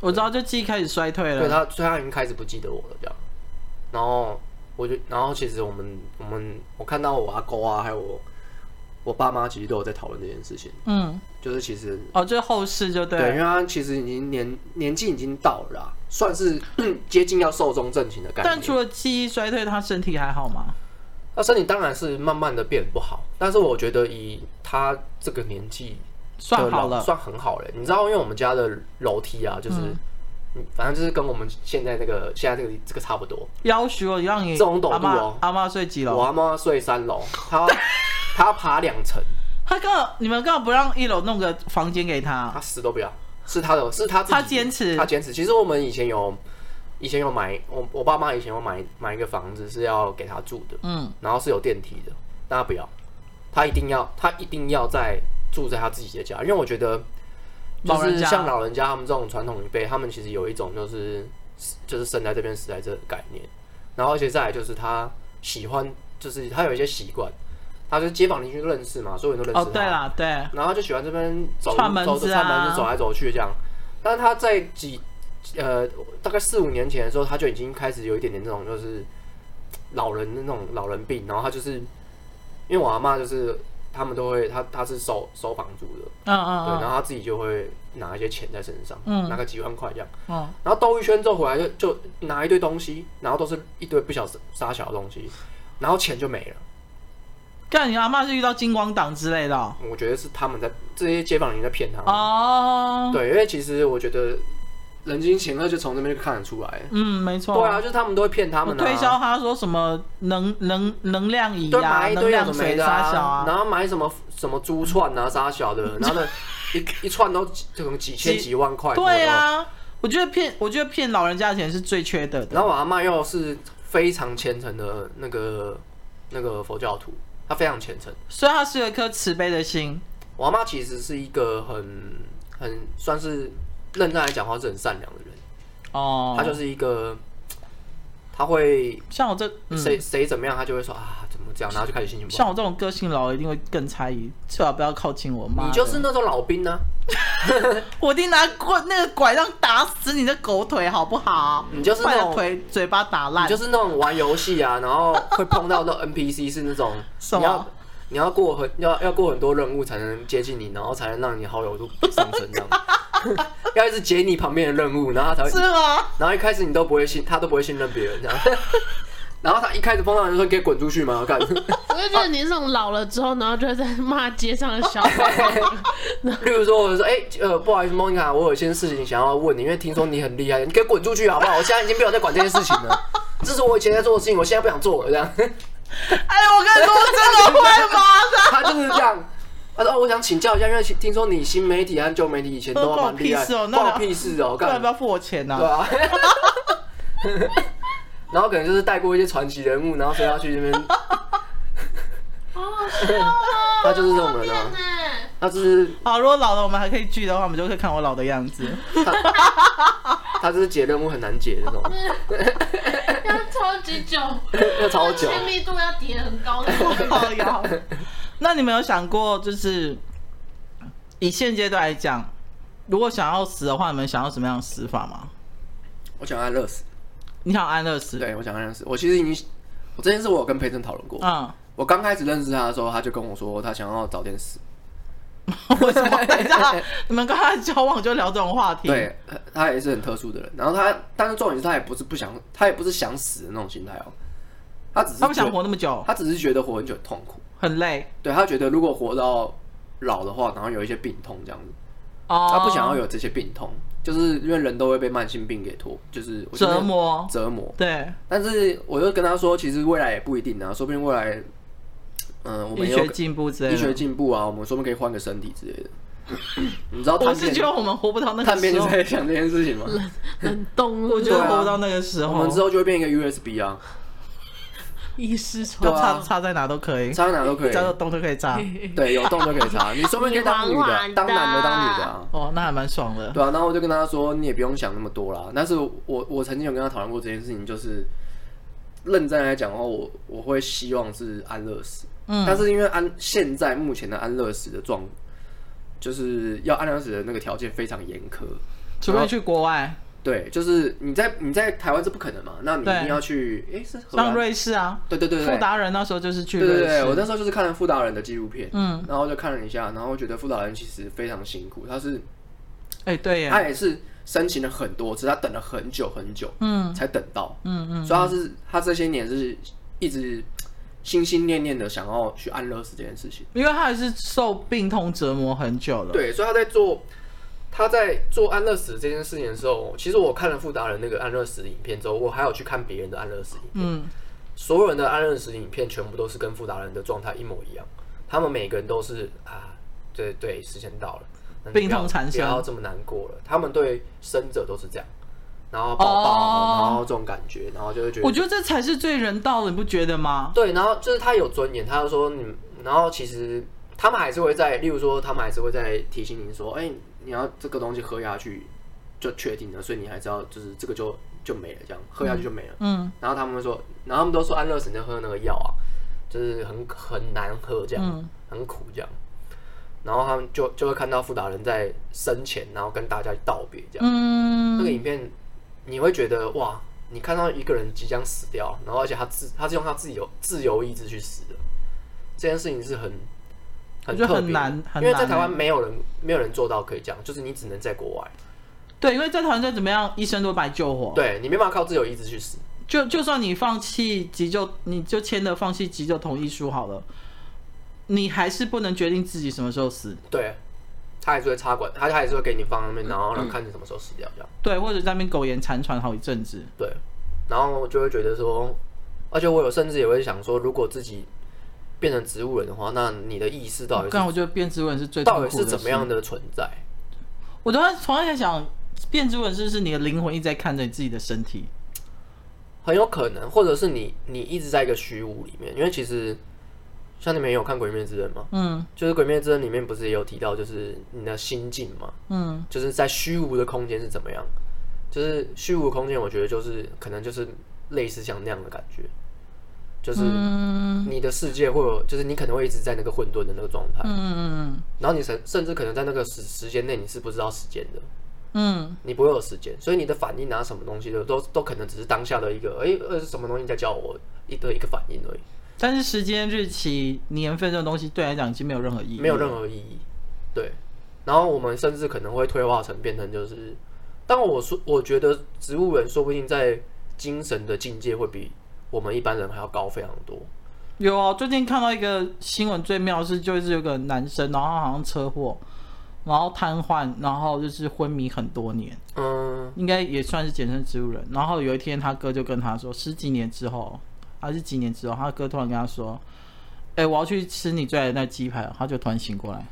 [SPEAKER 3] 我知道，就记忆开始衰退
[SPEAKER 2] 对
[SPEAKER 3] 了。
[SPEAKER 2] 他，所以他已经开始不记得我了，这样。然后我就，然后其实我们我们我看到我阿公啊，还有我我爸妈，其实都有在讨论这件事情，
[SPEAKER 3] 嗯，
[SPEAKER 2] 就是其实
[SPEAKER 3] 哦，就是后世就对
[SPEAKER 2] 对
[SPEAKER 3] 了。
[SPEAKER 2] 因为他其实已经年年纪已经到了啦，算是 接近要寿终正寝的概
[SPEAKER 3] 但除
[SPEAKER 2] 念。
[SPEAKER 3] 了记忆衰退，他身体还好吗？
[SPEAKER 2] 那身体当然是慢慢的变不好，但是我觉得以他这个年纪
[SPEAKER 3] 算好
[SPEAKER 2] 对
[SPEAKER 3] 了。
[SPEAKER 2] 算很好了。你知道，因为我们家的楼梯啊，就是、嗯反正就是跟我们现在这个现在这个这个差不多，
[SPEAKER 3] 要许我让你
[SPEAKER 2] 这种
[SPEAKER 3] 阿
[SPEAKER 2] 陡度
[SPEAKER 3] 妈
[SPEAKER 2] 哦
[SPEAKER 3] 阿妈睡几
[SPEAKER 2] 我
[SPEAKER 3] 楼？
[SPEAKER 2] 阿妈睡三楼， 她她爬两层，
[SPEAKER 3] 他刚好你们刚好不让一楼弄个房间给他
[SPEAKER 2] 她，死都不要，是她的，是她自己
[SPEAKER 3] 她坚持
[SPEAKER 2] 她坚持。其实我们以前有，以前有买，我我爸妈以前有买买一个房子是要给她住的，
[SPEAKER 3] 嗯，
[SPEAKER 2] 然后是有电梯的，但她不要，她一定要，她一定要在住在她自己的家，因为我觉得就
[SPEAKER 3] 老人
[SPEAKER 2] 是
[SPEAKER 3] 家
[SPEAKER 2] 像老人家他们这种传统一辈，他们其实有一种就是就是生来这边死在这的概念，然后而且再来就是他喜欢，就是他有一些习惯，他就是街坊邻居都认识嘛，所有人都认
[SPEAKER 3] 哦
[SPEAKER 2] 识，
[SPEAKER 3] 对
[SPEAKER 2] 他，
[SPEAKER 3] 啦，对，
[SPEAKER 2] 然后他就喜欢这边走
[SPEAKER 3] 串门
[SPEAKER 2] 走
[SPEAKER 3] 子
[SPEAKER 2] 着
[SPEAKER 3] 啊
[SPEAKER 2] 串门子走来走去这样，但是他在几呃大概四五年前的时候，他就已经开始有一点点那种就是老人的那种老人病，然后他就是因为我阿妈就是他们都会他他是收收房租的。
[SPEAKER 3] 嗯
[SPEAKER 2] 对，然
[SPEAKER 3] 嗯
[SPEAKER 2] 后他自己就会拿一些钱在身上，
[SPEAKER 3] 嗯
[SPEAKER 2] 拿个几万块这样，
[SPEAKER 3] 嗯
[SPEAKER 2] 然后兜一圈之后回来就就拿一堆东西，然后都是一堆不小傻小的东西，然后钱就没了。
[SPEAKER 3] 嗯，干你阿妈是遇到金光党之类的哦
[SPEAKER 2] 我觉得是他们在这些街坊邻居在骗他们。
[SPEAKER 3] 哦，
[SPEAKER 2] 啊对，因为其实我觉得人精险恶就从这边就看得出来。
[SPEAKER 3] 嗯，没错，
[SPEAKER 2] 对啊，就是他们都会骗他们、啊，
[SPEAKER 3] 推销他说什么能能能量椅
[SPEAKER 2] 对，
[SPEAKER 3] 啊，
[SPEAKER 2] 买一
[SPEAKER 3] 能
[SPEAKER 2] 堆有
[SPEAKER 3] 量
[SPEAKER 2] 的没
[SPEAKER 3] 水
[SPEAKER 2] 的、
[SPEAKER 3] 沙小啊，
[SPEAKER 2] 然后买什么什么珠串啊、沙小的，然后呢一一串都几可能几千
[SPEAKER 3] 几
[SPEAKER 2] 几万块，
[SPEAKER 3] 对，啊，我觉得骗我觉得骗老人家的钱是最缺德的，
[SPEAKER 2] 然后我阿妈又是非常虔诚的那个那个佛教徒，她非常虔诚。
[SPEAKER 3] 所以他是有一颗慈悲的心，
[SPEAKER 2] 我阿妈其实是一个很很算是认真来讲话是很善良的人，
[SPEAKER 3] 哦，
[SPEAKER 2] 她就是一个，她会
[SPEAKER 3] 像我这嗯。
[SPEAKER 2] 谁谁怎么样，她就会说啊怎么这样，然后就开始心情不好。
[SPEAKER 3] 像我这种个性老的一定会更猜疑，最好不要靠近我妈的。
[SPEAKER 2] 你就是那种老兵呢、啊
[SPEAKER 3] 我一定拿棍那个拐杖打死你的狗腿，好不好？
[SPEAKER 2] 你就是
[SPEAKER 3] 把
[SPEAKER 2] 那
[SPEAKER 3] 你
[SPEAKER 2] 种
[SPEAKER 3] 的腿嘴巴打
[SPEAKER 2] 你
[SPEAKER 3] 烂，
[SPEAKER 2] 就是那种玩游戏啊，然 后会碰到那种 NPC 是那种
[SPEAKER 3] 什么
[SPEAKER 2] 你要你要过很要要过很多任务才能接近你，然后才能让你好友度上升这样。 要一直解你旁边的任务，然后他才
[SPEAKER 3] 是
[SPEAKER 2] 会，
[SPEAKER 3] 吗？
[SPEAKER 2] 然后一开始你都不会信，他都不会信任别人这样。 然后他一开始碰到人就说：“给我滚出去嘛！”我 干，
[SPEAKER 1] 我就觉得你这种老了之后，然后就会在骂街上的小 孩，
[SPEAKER 2] 例如说，我说：“哎、呃，不好意思，莫妮卡，我有些事情想要问你，因为听说你很厉害，你给我滚出去好不好？我现在已经没有在管这件事情 了，这是我以前在做的事情，我现在不想做了这样。”
[SPEAKER 3] 哎，我跟你说，我真 的会吗？
[SPEAKER 2] 他就是这样。他说：“哦，我想请教一下，因为听说你新媒体和旧媒体以前都蛮厉害，
[SPEAKER 3] 关我屁事哦那
[SPEAKER 2] 关我屁事哦，
[SPEAKER 3] 不然
[SPEAKER 2] 干
[SPEAKER 3] 不要付我钱呐、
[SPEAKER 2] 对啊。 然后可能就是带过一些传奇人物，然后所以他去那边，
[SPEAKER 1] 好笑哦
[SPEAKER 2] 他就是这种人啊
[SPEAKER 1] 天哪
[SPEAKER 2] 他就是
[SPEAKER 3] 好，如果老了我们还可以聚的话，我们就可以看我老的样 子。
[SPEAKER 2] 他就是解任务很难解的那种，
[SPEAKER 1] 要超级久，
[SPEAKER 2] 要超久。
[SPEAKER 1] 亲密度要叠很高的。
[SPEAKER 3] 靠腰那你们有想过，就是以现阶段来讲，如果想要死的话，你们想要什么样的死法吗？
[SPEAKER 2] 我想安乐死，
[SPEAKER 3] 你想安乐死？，
[SPEAKER 2] 对我想安乐死。我其实已经，我这件事我有跟培正讨论过。
[SPEAKER 3] 嗯，
[SPEAKER 2] 我刚开始认识他的时候，他就跟我说他想要早点死。
[SPEAKER 3] 为什么？等一下，你们刚才交往就聊这种话题？，
[SPEAKER 2] 对，呃他也是很特殊的人。然后他，但是重点是他也不是不想，他也不是想死的那种心态哦。他只是
[SPEAKER 3] 他不想
[SPEAKER 2] 觉得
[SPEAKER 3] 活，那么久，
[SPEAKER 2] 他只是觉得活很久很痛苦。
[SPEAKER 3] 很累
[SPEAKER 2] 对他觉得如果活到老的话，然后有一些病痛这样子，
[SPEAKER 3] 哦。
[SPEAKER 2] 他不想要有这些病痛，就是因为人都会被慢性病给拖，就是我觉得
[SPEAKER 3] 折磨，
[SPEAKER 2] 折磨。
[SPEAKER 3] 对，
[SPEAKER 2] 但是我就跟他说，其实未来也不一定啊，说不定未来，嗯、我们
[SPEAKER 3] 医
[SPEAKER 2] 有
[SPEAKER 3] 学进步之类
[SPEAKER 2] 医学
[SPEAKER 3] 的。
[SPEAKER 2] 进步啊，我们说不定可以换个身体之类 的。你知道
[SPEAKER 3] 我
[SPEAKER 2] 探
[SPEAKER 3] 是
[SPEAKER 2] 片
[SPEAKER 3] 觉得我们活不到那
[SPEAKER 2] 探
[SPEAKER 3] 个
[SPEAKER 2] 片
[SPEAKER 3] 时
[SPEAKER 2] 就
[SPEAKER 3] 候，
[SPEAKER 2] 在想这件事 情吗？
[SPEAKER 1] 冷冻，
[SPEAKER 3] 我觉得
[SPEAKER 2] 对啊
[SPEAKER 3] 活不到那个时
[SPEAKER 2] 我
[SPEAKER 3] 候
[SPEAKER 2] 们，之后就会变一个 USB 啊，
[SPEAKER 1] 医师
[SPEAKER 3] 要
[SPEAKER 1] 穿
[SPEAKER 2] 对啊
[SPEAKER 3] 插插在哪都可以，
[SPEAKER 2] 插哪都可以
[SPEAKER 3] 只，要有洞就可以插。
[SPEAKER 2] 对，有洞就可以 插。你说不定可以当女
[SPEAKER 1] 你
[SPEAKER 2] 的
[SPEAKER 1] 玩
[SPEAKER 2] 啊
[SPEAKER 1] 完，的
[SPEAKER 2] 当男的当女的啊。
[SPEAKER 3] 哦，那还蛮爽的。
[SPEAKER 2] 对啊，然后我就跟他说，你也不用想那么多啦。但是我我曾经有跟他讨论过这件事情，就是认真来讲的话，我我会希望是安乐死。
[SPEAKER 3] 嗯
[SPEAKER 2] 但是因为安现在目前的安乐死的状，就是要安乐死的那个条件非常严苛。
[SPEAKER 3] 除非去国外，
[SPEAKER 2] 对，就是你在你在台湾是不可能嘛，那你一定
[SPEAKER 3] 对
[SPEAKER 2] 要去，诶，是荷
[SPEAKER 3] 像
[SPEAKER 2] 兰？
[SPEAKER 3] 瑞士啊，
[SPEAKER 2] 对对对对
[SPEAKER 3] 富，达人那时候就是去
[SPEAKER 2] 对对
[SPEAKER 3] 瑞
[SPEAKER 2] 对，我
[SPEAKER 3] 士。
[SPEAKER 2] 那时候就是看了傅达人的纪录片，
[SPEAKER 3] 嗯，
[SPEAKER 2] 然后就看了一下，然后觉得傅达人其实非常辛苦，他是
[SPEAKER 3] 哎，对耶，
[SPEAKER 2] 他也是申请了很多次，他等了很久很久
[SPEAKER 3] 嗯
[SPEAKER 2] 才等到，
[SPEAKER 3] 嗯嗯，
[SPEAKER 2] 所以他是他这些年是一直心心念念的想要去安乐死这件事情。
[SPEAKER 3] 因为他也是受病痛折磨很久了。
[SPEAKER 2] 对，所以他在做他在做安乐死这件事情的时候，其实我看了傅达人那个安乐死影片之后，我还有去看别人的安乐死影片，
[SPEAKER 3] 嗯，
[SPEAKER 2] 所有人的安乐死影片全部都是跟傅达人的状态一模一样，他们每个人都是啊，对对，时间到了，那你
[SPEAKER 3] 病
[SPEAKER 2] 不要
[SPEAKER 3] 痛缠身
[SPEAKER 2] 不要这么难过了。他们对生者都是这样，然后抱抱，
[SPEAKER 3] 哦
[SPEAKER 2] 然后这种感觉，然后就会觉得
[SPEAKER 3] 我觉得这才是最人道的，你不觉得吗？
[SPEAKER 2] 对，然后就是他有尊严，他就说你，然后其实他们还是会在，例如说他们还是会在提醒你说，哎、你要这个东西喝下去就确定了，所以你还是要就是这个就就没了，这样喝下去就没了。
[SPEAKER 3] 嗯，
[SPEAKER 2] 然后他们说，然后他们都说安乐死你就喝那个药啊，就是很很难喝这样，
[SPEAKER 3] 嗯
[SPEAKER 2] 很苦这样。然后他们就就会看到富达人在生前，然后跟大家道别这样。那个
[SPEAKER 3] 嗯，
[SPEAKER 2] 影片你会觉得哇，你看到一个人即将死掉，然后而且他自他是用他自由自由意志去死的，这件事情是很
[SPEAKER 3] 我
[SPEAKER 2] 很
[SPEAKER 3] 觉
[SPEAKER 2] 特别
[SPEAKER 3] 得
[SPEAKER 2] 的，
[SPEAKER 3] 很难很
[SPEAKER 2] 因为在
[SPEAKER 3] 难
[SPEAKER 2] 台湾
[SPEAKER 3] 欸
[SPEAKER 2] 没有人没有人做到可以这样，就是你只能在国外，
[SPEAKER 3] 对，因为在台湾再怎么样，医生都会把你救活。
[SPEAKER 2] 对你没办法靠自由意志去死，
[SPEAKER 3] 就就算你放弃急救，你就签了放弃急救同意书好了，你还是不能决定自己什么时候死，
[SPEAKER 2] 对他还是会插管，他他还是会给你放那边，然
[SPEAKER 3] 嗯
[SPEAKER 2] 后让看你什么时候死掉这样，
[SPEAKER 3] 对，或者在那边苟延残喘好一阵子。
[SPEAKER 2] 对，然后我就会觉得说，而且我有甚至也会想说，如果自己变成植物人的话，那你的意识到底
[SPEAKER 3] 刚
[SPEAKER 2] 是
[SPEAKER 3] 哦我觉得变植物人是最痛
[SPEAKER 2] 到
[SPEAKER 3] 苦的
[SPEAKER 2] 底是怎么
[SPEAKER 3] 事
[SPEAKER 2] 样的存在？
[SPEAKER 3] 我突然突然在想，变质纹是不是你的灵魂一直在看着你自己的身体？
[SPEAKER 2] 很有可能，或者是你你一直在一个虚无里面，因为其实像你们也有看《鬼灭之刃》吗？
[SPEAKER 3] 嗯
[SPEAKER 2] 就是《鬼灭之刃》里面不是也有提到，就是你的心境嘛，
[SPEAKER 3] 嗯
[SPEAKER 2] 就是在虚无的空间是怎么样？就是虚无空间，我觉得就是可能就是类似像那样的感觉，就是
[SPEAKER 3] 嗯
[SPEAKER 2] 你的世界会有，就是你可能会一直在那个混沌的那个状态，
[SPEAKER 3] 嗯
[SPEAKER 2] 然后你甚甚至可能在那个时时间内你是不知道时间的，
[SPEAKER 3] 嗯
[SPEAKER 2] 你不会有时间，所以你的反应啊什么东西的都都可能只是当下的一个，哎、呃什么东西在叫我一的一个反应而已，
[SPEAKER 3] 嗯。但是时间、日期、年份这种东西对来讲已经没有任何意义，啊
[SPEAKER 2] 没有任何意义。对，然后我们甚至可能会退化成变成就是，但我说我觉得植物人说不定在精神的境界会比我们一般人还要高非常多。
[SPEAKER 3] 有啊，最近看到一个新闻，最妙的是就是有个男生，然后他好像车祸，然后瘫痪，然后就是昏迷很多年，
[SPEAKER 2] 嗯，
[SPEAKER 3] 应该也算是简称植物人。然后有一天，他哥就跟他说，十几年之后，还是几年之后，他哥突然跟他说：“哎、我要去吃你最爱的那鸡排。”他就突然醒过来。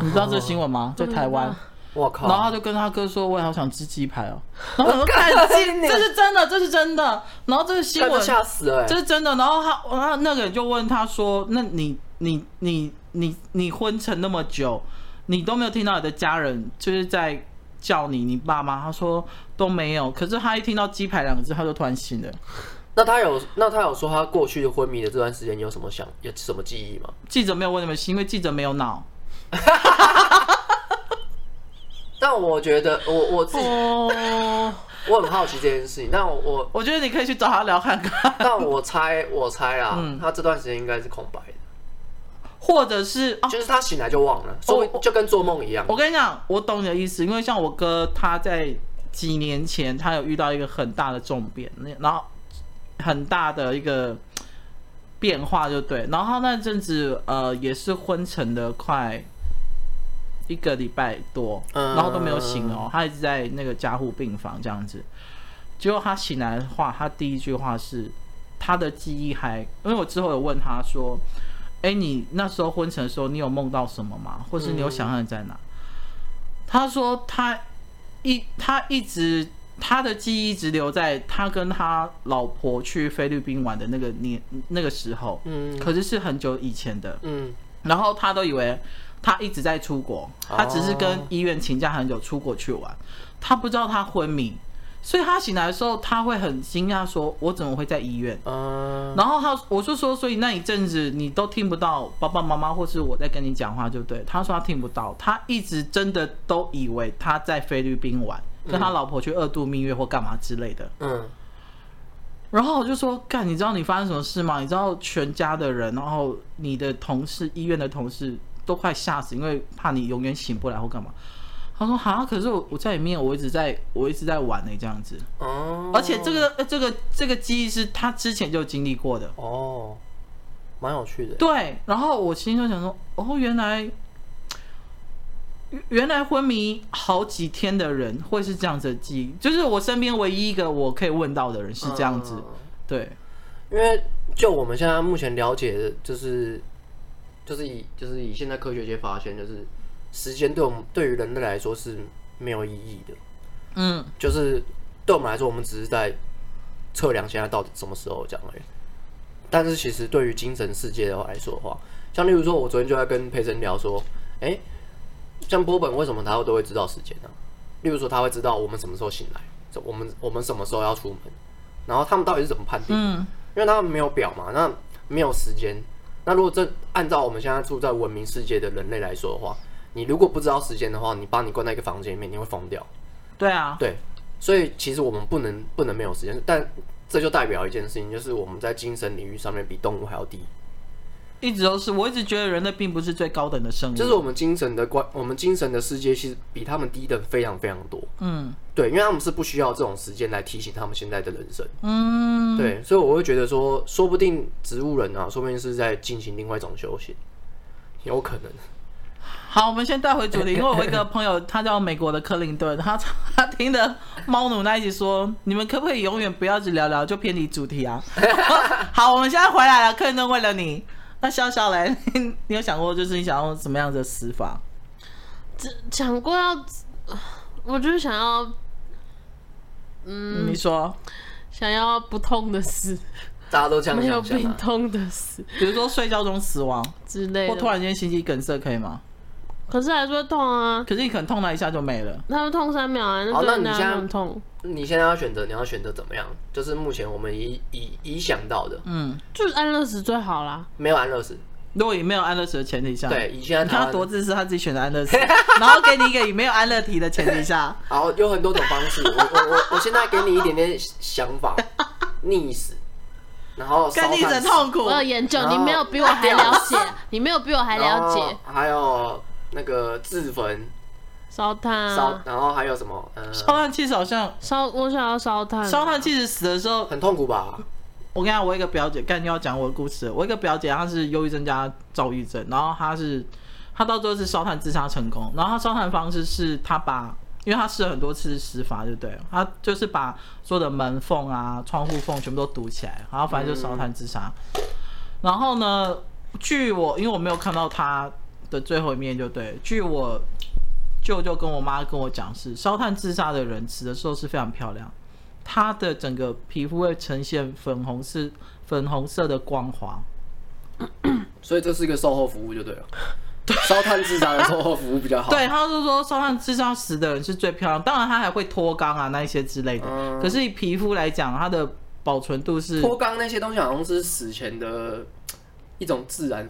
[SPEAKER 3] 你知道这个新闻吗？在台湾，
[SPEAKER 2] 我
[SPEAKER 3] 然后
[SPEAKER 2] 靠，
[SPEAKER 3] 他就跟他哥说：“我也好想吃鸡排哦。”然后他说：“看， 这这是真的，这是真的。”然后这个新
[SPEAKER 2] 看着
[SPEAKER 3] 闻
[SPEAKER 2] 吓死了、
[SPEAKER 3] 这
[SPEAKER 2] 欸，
[SPEAKER 3] 是真的。然后他，那那个人就问他说：“那你、你、你、你、你昏沉那么久，你都没有听到你的家人就是在叫你，你爸妈？”他说都没有。可是他一听到鸡排两个字，他就突然醒了。
[SPEAKER 2] 那他有那他有说他过去昏迷的这段时间有什么想有什么记忆吗？
[SPEAKER 3] 记者没有问你们，是因为记者没有脑。
[SPEAKER 2] 但我觉得我我自己啊
[SPEAKER 1] 哦，
[SPEAKER 2] 我很好奇这件事情，但我我
[SPEAKER 3] 我觉得你可以去找他聊看看，
[SPEAKER 2] 但我猜我猜啦，
[SPEAKER 3] 嗯
[SPEAKER 2] 他这段时间应该是空白的。
[SPEAKER 3] 或者是哦，
[SPEAKER 2] 就是他醒来就忘了，所以就跟做梦一样。
[SPEAKER 3] 我跟你讲，我懂你的意思，因为像我哥他在几年前他有遇到一个很大的重变，那然后很大的一个变化就对，然后他那阵子呃也是昏沉的快一个礼拜多，
[SPEAKER 2] 嗯
[SPEAKER 3] 然后都没有醒哦，他一直在那个加护病房这样子。结果他醒来的话，他第一句话是他的记忆还，因为我之后有问他说，哎，你那时候昏沉的时候，你有梦到什么吗？或是你有想象你在哪？他说他一他一直他的记忆一直留在他跟他老婆去菲律宾玩的那个年那个时候，
[SPEAKER 2] 嗯
[SPEAKER 3] 可是是很久以前的。
[SPEAKER 2] 嗯
[SPEAKER 3] 然后他都以为他一直在出国，他只是跟
[SPEAKER 2] 哦
[SPEAKER 3] 医院请假很久出国去玩，他不知道他昏迷，所以他醒来的时候他会很惊讶，说我怎么会在医院？
[SPEAKER 2] 嗯，
[SPEAKER 3] 然后他我就说，所以那一阵子你都听不到爸爸妈妈或是我在跟你讲话，就对。他说他听不到，他一直真的都以为他在菲律宾玩，跟他老婆去二度蜜月或干嘛之类的。
[SPEAKER 2] 嗯
[SPEAKER 3] 然后我就说，干，你知道你发生什么事吗？你知道全家的人，然后你的同事、医院的同事都快吓死，因为怕你永远醒不来或干嘛。他说：“好，可是我我在里面，我一直在，我一直在玩呢、这样子。
[SPEAKER 2] 哦，
[SPEAKER 3] 而且这个、呃这个这个记忆是他之前就经历过的。
[SPEAKER 2] 哦，蛮有趣的。
[SPEAKER 3] 对，然后我心里就想说，哦，原来原来昏迷好几天的人会是这样子的记忆，就是我身边唯一一个我可以问到的人是这样子。
[SPEAKER 2] 嗯
[SPEAKER 3] 对，
[SPEAKER 2] 因为就我们现在目前了解的，就是就是以就是以现在科学界发现，就是时间对我们对于人类来说是没有意义的，
[SPEAKER 3] 嗯。
[SPEAKER 2] 就是对我们来说，我们只是在测量现在到底什么时候这样而已。但是其实对于精神世界的话来说的话，像例如说，我昨天就在跟培生聊说，哎、像波本为什么他都会知道时间呢、例如说，他会知道我们什么时候醒来，这我们我们什么时候要出门，然后他们到底是怎么判定？
[SPEAKER 3] 嗯，
[SPEAKER 2] 因为他们没有表嘛，那没有时间。那如果这按照我们现在住在文明世界的人类来说的话，你如果不知道时间的话，你把你关在一个房间里面，你会疯掉。
[SPEAKER 3] 对啊，
[SPEAKER 2] 对，所以其实我们不能不能没有时间，但这就代表一件事情，就是我们在精神领域上面比动物还要低，
[SPEAKER 3] 一直都是，我一直觉得人类并不是最高等的生物，
[SPEAKER 2] 就是我们精神的关，我们精神的世界其实比他们低的非常非常多。
[SPEAKER 3] 嗯
[SPEAKER 2] 对，因为他们是不需要这种时间来提醒他们现在的人生。
[SPEAKER 3] 嗯，
[SPEAKER 2] 对，所以我会觉得说，说不定植物人啊，说不定是在进行另外一种修行，有可能。
[SPEAKER 3] 好，我们先带回主 题，因为我有一个朋友，他叫美国的克林顿，他 他听的猫奴那一集说，你们可不可以永远不要只聊聊就偏离主题啊？ 好，我们现在回来了，克林顿为了你，那笑笑来， 你你有想过就是你想要什么样的死法？
[SPEAKER 1] 只讲过要，我就是想要
[SPEAKER 2] 嗯
[SPEAKER 3] 你说，
[SPEAKER 1] 想要不痛的死，
[SPEAKER 2] 大家都这样
[SPEAKER 1] 没有
[SPEAKER 2] 想想
[SPEAKER 1] 病
[SPEAKER 2] 啊，
[SPEAKER 1] 痛的死
[SPEAKER 3] 比如说睡觉中死亡，
[SPEAKER 1] 之类
[SPEAKER 3] 或突
[SPEAKER 1] 的。
[SPEAKER 3] 然间心肌梗塞可以吗？
[SPEAKER 1] 可是还是会痛啊，
[SPEAKER 3] 可是你可能痛了一下就没了。
[SPEAKER 1] 他会痛三秒啊，那
[SPEAKER 2] 好哦那
[SPEAKER 1] 对
[SPEAKER 2] 你
[SPEAKER 1] 人
[SPEAKER 2] 现
[SPEAKER 1] 家
[SPEAKER 2] 在
[SPEAKER 1] 很痛。
[SPEAKER 2] 你现在要选择，你要选择怎么样？就是目前我们已已已想到的，
[SPEAKER 3] 嗯，
[SPEAKER 1] 就是安乐死最好啦，
[SPEAKER 2] 没有安乐死。
[SPEAKER 3] 如果以没有安乐死的前提下，
[SPEAKER 2] 对，以现在
[SPEAKER 3] 啊你看
[SPEAKER 2] 台
[SPEAKER 3] 他多
[SPEAKER 2] 湾，
[SPEAKER 3] 自私，他自己选择安 乐死，然后给你一个以没有安乐体的前提下，
[SPEAKER 2] 好，有很多种方式。我我我我现在给你一点点想 法，溺死，然后 烧
[SPEAKER 3] 跟你
[SPEAKER 2] 炭
[SPEAKER 3] 很
[SPEAKER 2] 死，
[SPEAKER 3] 痛苦
[SPEAKER 1] 我。有研究，
[SPEAKER 2] 然后
[SPEAKER 1] 你没有比我还了解， 你没有比我还
[SPEAKER 2] 然
[SPEAKER 1] 了
[SPEAKER 2] 后
[SPEAKER 1] 解。
[SPEAKER 2] 还有那个自焚
[SPEAKER 1] 烧炭
[SPEAKER 2] 烧
[SPEAKER 1] 啊，，
[SPEAKER 2] 然后还有什么？呃，
[SPEAKER 3] 烧炭其实好像
[SPEAKER 1] 烧我想要烧炭啊，
[SPEAKER 3] 烧炭其实死的时候，
[SPEAKER 2] 很痛苦吧？
[SPEAKER 3] 我跟你讲，我一个表姐，干又要讲我的故事了。我一个表姐，她是忧郁症加躁郁症，然后她是她到最后是烧炭自杀成功，然后她烧炭方式是她把，因为她试了很多次施法，对不对了？她就是把所有的门缝啊、窗户缝全部都堵起来，然后反正就烧炭自杀。然后呢，据我因为我没有看到她的最后一面，就对了，据我舅舅跟我妈跟我讲是，烧炭自杀的人死的时候是非常漂亮。它的整个皮肤会呈现粉红色、粉红色的光滑。
[SPEAKER 2] 所以这是一个售后服务就对 了。烧炭自杀的售后服务比较好。
[SPEAKER 3] 对，他就说烧炭自杀死的人是最漂亮，当然他还会脱肛啊那一些之类的。
[SPEAKER 2] 嗯
[SPEAKER 3] 可是以皮肤来讲，它的保存度是
[SPEAKER 2] 脱肛那些东西好像是死前的一种自然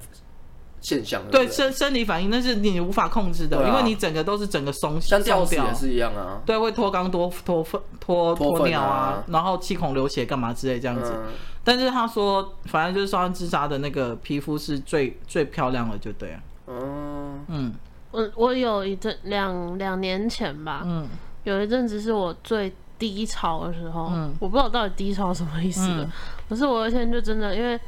[SPEAKER 2] 现象，
[SPEAKER 3] 对
[SPEAKER 2] 不
[SPEAKER 3] 生生理反应，那是你无法控制的，
[SPEAKER 2] 对啊
[SPEAKER 3] 因为你整个都是整个松
[SPEAKER 2] 像
[SPEAKER 3] 掉
[SPEAKER 2] 吊死
[SPEAKER 3] 掉
[SPEAKER 2] 也。是一样啊。
[SPEAKER 3] 对，会脱肛、脱脱粪、脱
[SPEAKER 2] 脱粪啊
[SPEAKER 3] 尿然后气孔流血干嘛之类这样子。
[SPEAKER 2] 嗯，
[SPEAKER 3] 但是他说，反正就是烧炭自杀的那个皮肤是最最漂亮的，就对了。
[SPEAKER 2] 嗯，
[SPEAKER 3] 嗯
[SPEAKER 1] 我我有一阵两两年前吧，
[SPEAKER 3] 嗯，
[SPEAKER 1] 有一阵子是我最低潮的时候，
[SPEAKER 3] 嗯
[SPEAKER 1] 我不知道到底低潮什么意思的。
[SPEAKER 3] 嗯
[SPEAKER 1] 可是我有一天就真的，因为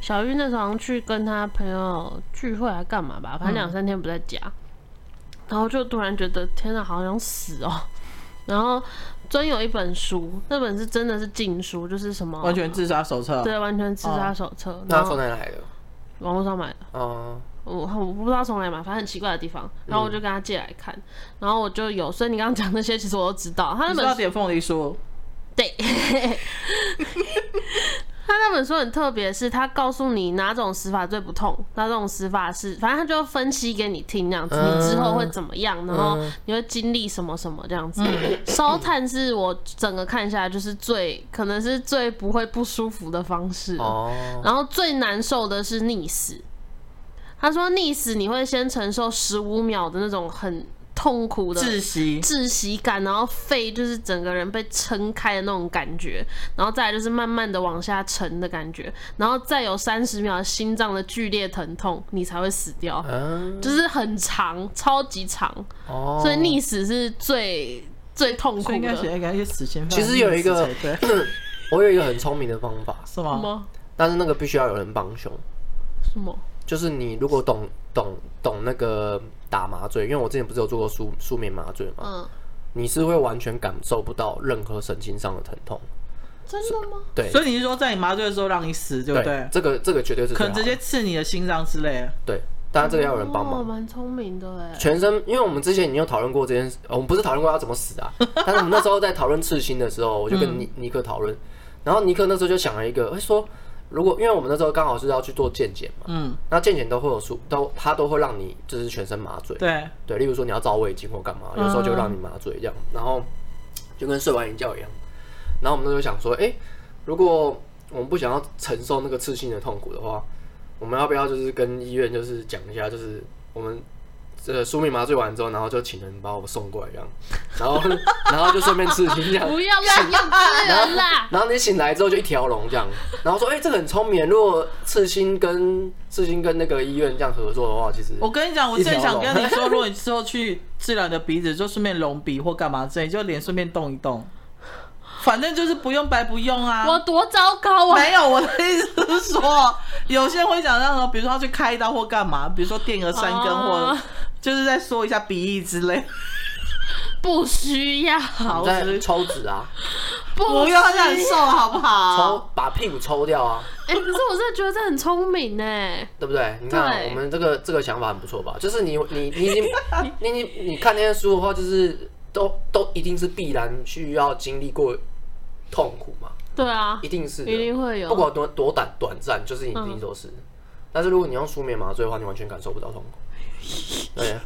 [SPEAKER 1] 小玉那时候好像去跟她朋友聚会还干嘛吧，反正两三天不在家，
[SPEAKER 3] 嗯
[SPEAKER 1] 然后就突然觉得天哪，好想死哦。然后真有一本书，那本是真的是禁书，就是什么
[SPEAKER 3] 完全自杀手册。啊
[SPEAKER 1] 对完全自杀手册，
[SPEAKER 2] 哦那
[SPEAKER 1] 然
[SPEAKER 2] 他从
[SPEAKER 1] 后
[SPEAKER 2] 哪里来的？
[SPEAKER 1] 网络上买的。
[SPEAKER 2] 哦，
[SPEAKER 1] 我我不知道从哪里买，反正很奇怪的地
[SPEAKER 2] 嗯
[SPEAKER 1] 方，然后我就跟他借来看，然后我就有，所以你刚刚讲那些其实我都知道，他那
[SPEAKER 3] 你知
[SPEAKER 1] 本
[SPEAKER 3] 道
[SPEAKER 1] 书
[SPEAKER 3] 点凤梨酥，
[SPEAKER 1] 对， 他那本书很特别，是他告诉你哪种死法最不痛，哪种死法是，反正他就分析给你听，那样子
[SPEAKER 2] 嗯
[SPEAKER 1] 你之后会怎么样，然后你会经历什么什么这样子。
[SPEAKER 2] 嗯
[SPEAKER 1] 烧炭是我整个看下来就是最可能是最不会不舒服的方式了，
[SPEAKER 2] 哦，
[SPEAKER 1] 然后最难受的是溺死。他说溺死你会先承受十五秒的那种很痛苦的
[SPEAKER 3] 窒息，
[SPEAKER 1] 窒息感，然后肺就是整个人被撑开的那种感觉，然后再来就是慢慢的往下沉的感觉，然后再有三十秒心脏的剧烈疼痛，你才会死掉，
[SPEAKER 2] 嗯，
[SPEAKER 1] 就是很长，超级长，
[SPEAKER 2] 哦，
[SPEAKER 1] 所以溺死是最最痛苦
[SPEAKER 3] 所以应该
[SPEAKER 1] 的。
[SPEAKER 3] 写应该是死刑犯。
[SPEAKER 2] 其实有一个
[SPEAKER 3] 溺死才对，
[SPEAKER 2] 我有一个很聪明的方法，
[SPEAKER 3] 是
[SPEAKER 1] 什
[SPEAKER 3] 吗？
[SPEAKER 1] 么
[SPEAKER 2] 但是那个必须要有人帮凶。
[SPEAKER 1] 什么？
[SPEAKER 2] 就是你如果懂懂懂那个打麻醉，因为我之前不是有做过舒舒眠麻醉嘛，
[SPEAKER 1] 嗯，
[SPEAKER 2] 你是会完全感受不到任何神经上的疼痛。
[SPEAKER 1] 真的吗？
[SPEAKER 2] 对，
[SPEAKER 3] 所以你是说在你麻醉的时候让你死，对不对？
[SPEAKER 2] 这个这个嗯绝对是最
[SPEAKER 3] 可
[SPEAKER 2] 好
[SPEAKER 3] 能
[SPEAKER 2] 的
[SPEAKER 3] 直接刺你的心脏之类的。
[SPEAKER 2] 对，当然这个要有人帮
[SPEAKER 1] 哦
[SPEAKER 2] 忙。
[SPEAKER 1] 蛮聪明的哎。
[SPEAKER 2] 全身，因为我们之前已经有讨论过这件事，呃我们不是讨论过要怎么死啊，但是我们那时候在讨论刺青的时候，我就跟尼尼克讨论，然后尼克那时候就想了一个，会说如果因为我们那时候刚好是要去做健检嘛，
[SPEAKER 3] 嗯，
[SPEAKER 2] 那健检都会有术，都它都会让你就是全身麻醉，
[SPEAKER 3] 对，
[SPEAKER 2] 对，例如说你要照胃镜或干嘛，有时候就让你麻醉这样，然后就跟睡完一觉一样。然后我们那时候想说，哎、如果我们不想要承受那个刺性的痛苦的话，我们要不要就是跟医院就是讲一下，就是我们这输命麻醉完之后，然后就请人把我们送过来这样，然后 然后就顺便刺青这样。
[SPEAKER 1] 不要滥用资源 啦！
[SPEAKER 2] 然后你醒来之后就一条龙这样，然后说，哎、这个很聪明。如果刺青跟刺青跟那个医院这样合作的话，其实
[SPEAKER 3] 我跟你讲，我正想跟
[SPEAKER 2] 一条
[SPEAKER 3] 你说，如果你之后去治疗你的鼻子，就顺便隆鼻或干嘛之类，就脸顺便动一动，反正就是不用白不用啊。
[SPEAKER 1] 我多糟糕啊！
[SPEAKER 3] 没有，我的意思是说，有些人会想让，比如说他去开刀或干嘛，比如说电个三根或
[SPEAKER 1] 哦
[SPEAKER 3] 就是在说一下鼻翼之类。
[SPEAKER 1] 不需要，
[SPEAKER 2] 你
[SPEAKER 3] 好，我只
[SPEAKER 2] 在
[SPEAKER 3] 是
[SPEAKER 2] 抽脂啊，
[SPEAKER 1] 不
[SPEAKER 3] 不
[SPEAKER 1] 需
[SPEAKER 3] 要忍受了好不
[SPEAKER 1] 啊
[SPEAKER 3] 好？
[SPEAKER 2] 抽把屁股抽掉啊，
[SPEAKER 1] 哎、可是我真的觉得这很聪明哎，
[SPEAKER 2] 对不对？你看
[SPEAKER 1] 对
[SPEAKER 2] 我们这个这个想法很不错吧？就是你你你已经你你你看那些书的话，就是都都一定是必然需要经历过痛苦嘛，
[SPEAKER 1] 对 啊
[SPEAKER 2] 一，定是的
[SPEAKER 1] 一定会有嗯
[SPEAKER 2] 不管多多短短暂，就是一定都是。但是如果你用舒眠麻醉的话，你完全感受不到痛苦。对，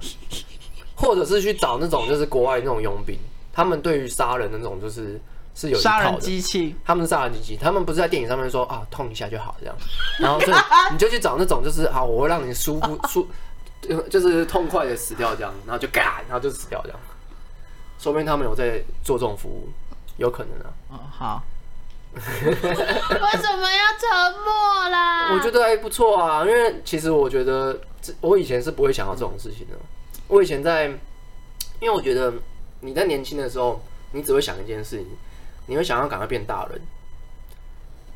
[SPEAKER 2] 或者是去找那种就是国外那种佣兵，他们对于杀人那种就是是有一
[SPEAKER 3] 杀
[SPEAKER 2] 套
[SPEAKER 3] 人
[SPEAKER 2] 的。
[SPEAKER 3] 机器，
[SPEAKER 2] 他们是杀人机器，他们不是在电影上面说啊痛一下就好这样，然后就你就去找那种就是啊我会让你舒服舒，呃就是痛快的死掉这样，然后就嘎，然后就死掉这样，说不定他们有在做这种服务，有可能啊。
[SPEAKER 3] 嗯，好，
[SPEAKER 1] 为什么要沉默啦？
[SPEAKER 2] 我觉得还不错啊，因为其实我觉得这我以前是不会想到这种事情的。我以前在，因为我觉得你在年轻的时候，你只会想一件事情，你会想要赶快变大人。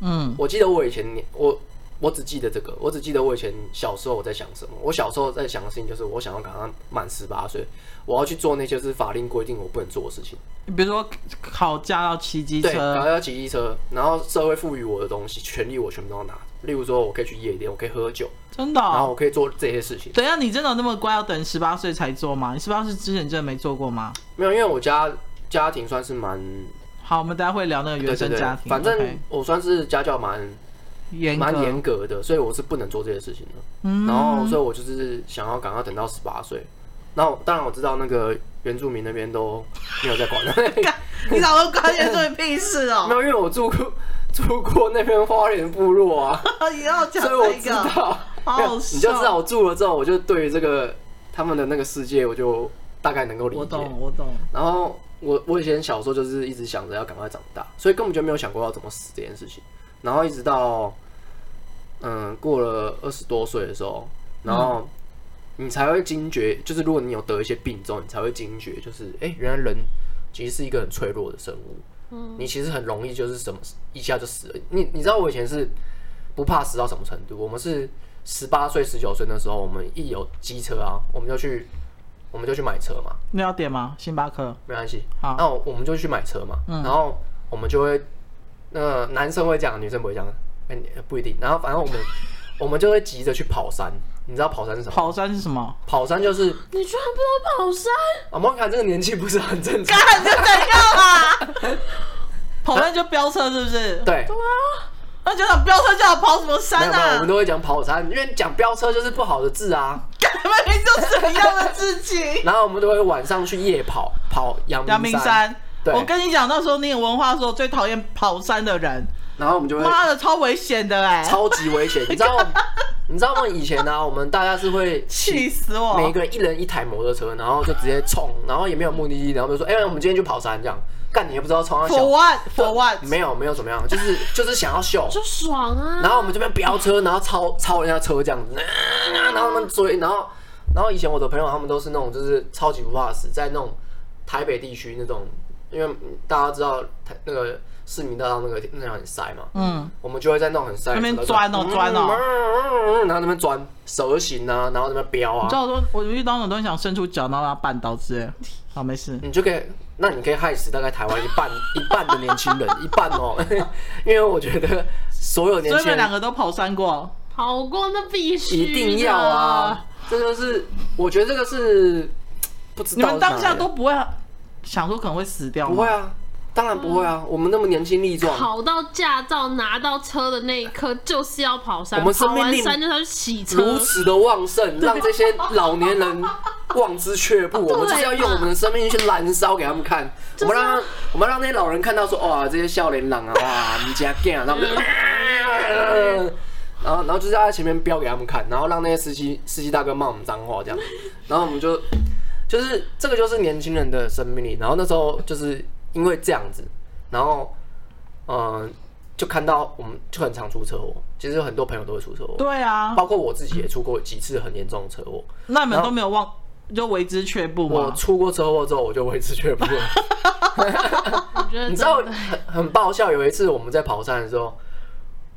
[SPEAKER 3] 嗯
[SPEAKER 2] 我记得我以前年我我只记得这个，我只记得我以前小时候我在想什么。我小时候在想的事情就是，我想要赶快满十八岁，我要去做那些是法令规定我不能做的事情。
[SPEAKER 3] 比如说考驾到骑机
[SPEAKER 2] 对，然后
[SPEAKER 3] 车，
[SPEAKER 2] 要骑机车，然后社会赋予我的东西，权利我全部都要拿。例如说，我可以去夜店，我可以喝酒，
[SPEAKER 3] 真的哦、
[SPEAKER 2] 然后我可以做这些事情。
[SPEAKER 3] 等一下，你真的有那么乖，要等十八岁才做吗？你十八岁之前真的没做过吗？
[SPEAKER 2] 没有，因为我家家庭算是蛮
[SPEAKER 3] 好，我们大家会聊那个
[SPEAKER 2] 对
[SPEAKER 3] 原
[SPEAKER 2] 对
[SPEAKER 3] 生
[SPEAKER 2] 对
[SPEAKER 3] 家庭，
[SPEAKER 2] 反正我算是家教蛮
[SPEAKER 3] 严
[SPEAKER 2] 蛮
[SPEAKER 3] 格，
[SPEAKER 2] 严格的，所以我是不能做这些事情的。
[SPEAKER 3] 嗯
[SPEAKER 2] 然后，所以我就是想要赶快等到十八岁。那我当然我知道那个原住民那边都没有在管， 没
[SPEAKER 3] 你早就关键做你屁事 哦！
[SPEAKER 2] 有，因为我住过住过那边花莲部落 啊，
[SPEAKER 3] 以后讲
[SPEAKER 2] 所以我
[SPEAKER 3] 这
[SPEAKER 2] 知
[SPEAKER 3] 个，
[SPEAKER 2] 道。
[SPEAKER 3] 好
[SPEAKER 2] 没
[SPEAKER 3] 好
[SPEAKER 2] 有
[SPEAKER 3] 笑。
[SPEAKER 2] 你就知道我住了之后，我就对于这个他们的那个世界，我就大概能够理
[SPEAKER 3] 我
[SPEAKER 2] 解。
[SPEAKER 3] 懂，我懂。
[SPEAKER 2] 然后我我以前小时候就是一直想着要赶快长大，所以根本就没有想过要怎么死这件事情。然后一直到嗯过了二十多岁的时候，然后你才会惊觉，就是如果你有得一些病之后，你才会惊觉，就是哎、诶原来人其实是一个很脆弱的生物。
[SPEAKER 1] 嗯
[SPEAKER 2] 你其实很容易就是什么一下就死了。你你知道我以前是不怕死到什么程度？我们是十八岁、十九岁那时候，我们一有机车啊，我们就去我们就去买车嘛。
[SPEAKER 3] 那要点吗？星巴克
[SPEAKER 2] 没关系。
[SPEAKER 3] 好嗯
[SPEAKER 2] 那我我们就去买车嘛，然后我们就会，呃，男生会这样，女生不会这样，哎、你不一定。然后反正我们 我们就会急着去跑山，你知道跑山是什么？
[SPEAKER 3] 跑山是 什么？
[SPEAKER 2] 跑山就是
[SPEAKER 1] 你居然不知道跑山？
[SPEAKER 2] 啊，莫看这个年纪不是很正 常，
[SPEAKER 3] 干这在干嘛？跑山就飙车是不是？
[SPEAKER 2] 对。
[SPEAKER 3] 那就想飙车就要跑什么
[SPEAKER 2] 没
[SPEAKER 3] 山
[SPEAKER 2] 有没有，我
[SPEAKER 3] 啊
[SPEAKER 2] 们？都会讲跑山，因为讲飙车就是不好的字啊。
[SPEAKER 3] 干他妈明就是一样的事情。
[SPEAKER 2] 然后我们都会晚上去夜跑，跑阳
[SPEAKER 3] 阳明山，
[SPEAKER 2] 对
[SPEAKER 3] 我跟你讲，那时候念文化的时候最讨厌跑山的人，
[SPEAKER 2] 然后我们就会
[SPEAKER 3] 妈的超危险的哎、
[SPEAKER 2] 超级危险。你知 道，你知道吗？以前呢、啊，我们大家是会
[SPEAKER 3] 气死我！
[SPEAKER 2] 每个人一人一台摩托车，然后就直接冲，然后也没有目的地，然后就说：“哎、我们今天去跑山这样。”干你也不知道冲啊
[SPEAKER 3] for
[SPEAKER 2] 小，
[SPEAKER 3] what for what？
[SPEAKER 2] 没有没有怎么样，就是就是想要秀。
[SPEAKER 1] 就爽啊！
[SPEAKER 2] 然后我们这边飙车，然后超超人家车这样子，然后他们追，然后然后以前我的朋友他们都是那种就是超级不怕死，在那种台北地区那种，因为大家知道台那个市民大道那个那样很塞嘛，
[SPEAKER 3] 嗯，
[SPEAKER 2] 我们就会在那种很塞的
[SPEAKER 3] 那边
[SPEAKER 2] 车道
[SPEAKER 3] 钻哦
[SPEAKER 2] 上
[SPEAKER 3] 钻哦
[SPEAKER 2] 嗯嗯嗯嗯然后那边钻蛇形啊，然后那边飙啊
[SPEAKER 3] 你知，道我说，我遇到那种东西想伸出脚，然后把它绊倒之类的。好，没事。
[SPEAKER 2] 你就可以，那你可以害死大概台湾一半一半的年轻人，一半哦， 因为我觉得所有年轻
[SPEAKER 3] 所以你
[SPEAKER 2] 人
[SPEAKER 3] 们两个都跑山过，
[SPEAKER 1] 跑过那必须
[SPEAKER 2] 一定要啊！这就是我觉得这个是不知道
[SPEAKER 3] 你们当
[SPEAKER 2] 是哪
[SPEAKER 3] 下
[SPEAKER 2] 来的
[SPEAKER 3] 都不会想说可能会死掉吗？
[SPEAKER 2] 不会啊，当然不会啊，我们那么年轻力壮，
[SPEAKER 1] 考到驾照、拿到车的那一刻，就是要跑山，
[SPEAKER 2] 我们
[SPEAKER 1] 跑
[SPEAKER 2] 生命
[SPEAKER 1] 完
[SPEAKER 2] 力
[SPEAKER 1] 山就是要去洗车。
[SPEAKER 2] 如此的旺盛，让这些老年人望之却步。我们就是要用我们的生命去燃烧给他们看，我们让他我们让那些老人看到说，哇，这些笑脸郎啊，哇，我们家 g 然后我们就 然后然后就是要在前面飙给他们看，然后让那些司机司机大哥骂我们脏话这样，然后我们就就是这个就是年轻人的生命力。然后那时候就是因为这样子，然后嗯、呃就看到我们就很常出车祸，其实很多朋友都会出车祸。
[SPEAKER 3] 对啊，
[SPEAKER 2] 包括我自己也出过几次很严重的车祸。
[SPEAKER 3] 那你们
[SPEAKER 2] 然后
[SPEAKER 3] 都没有忘，就为之却步
[SPEAKER 2] 我
[SPEAKER 3] 嘛。
[SPEAKER 2] 出过车祸之后，我就为之却 步了。
[SPEAKER 1] 我觉得真
[SPEAKER 2] 你知道
[SPEAKER 1] 的
[SPEAKER 2] 很很爆笑，有一次我们在跑山的时候，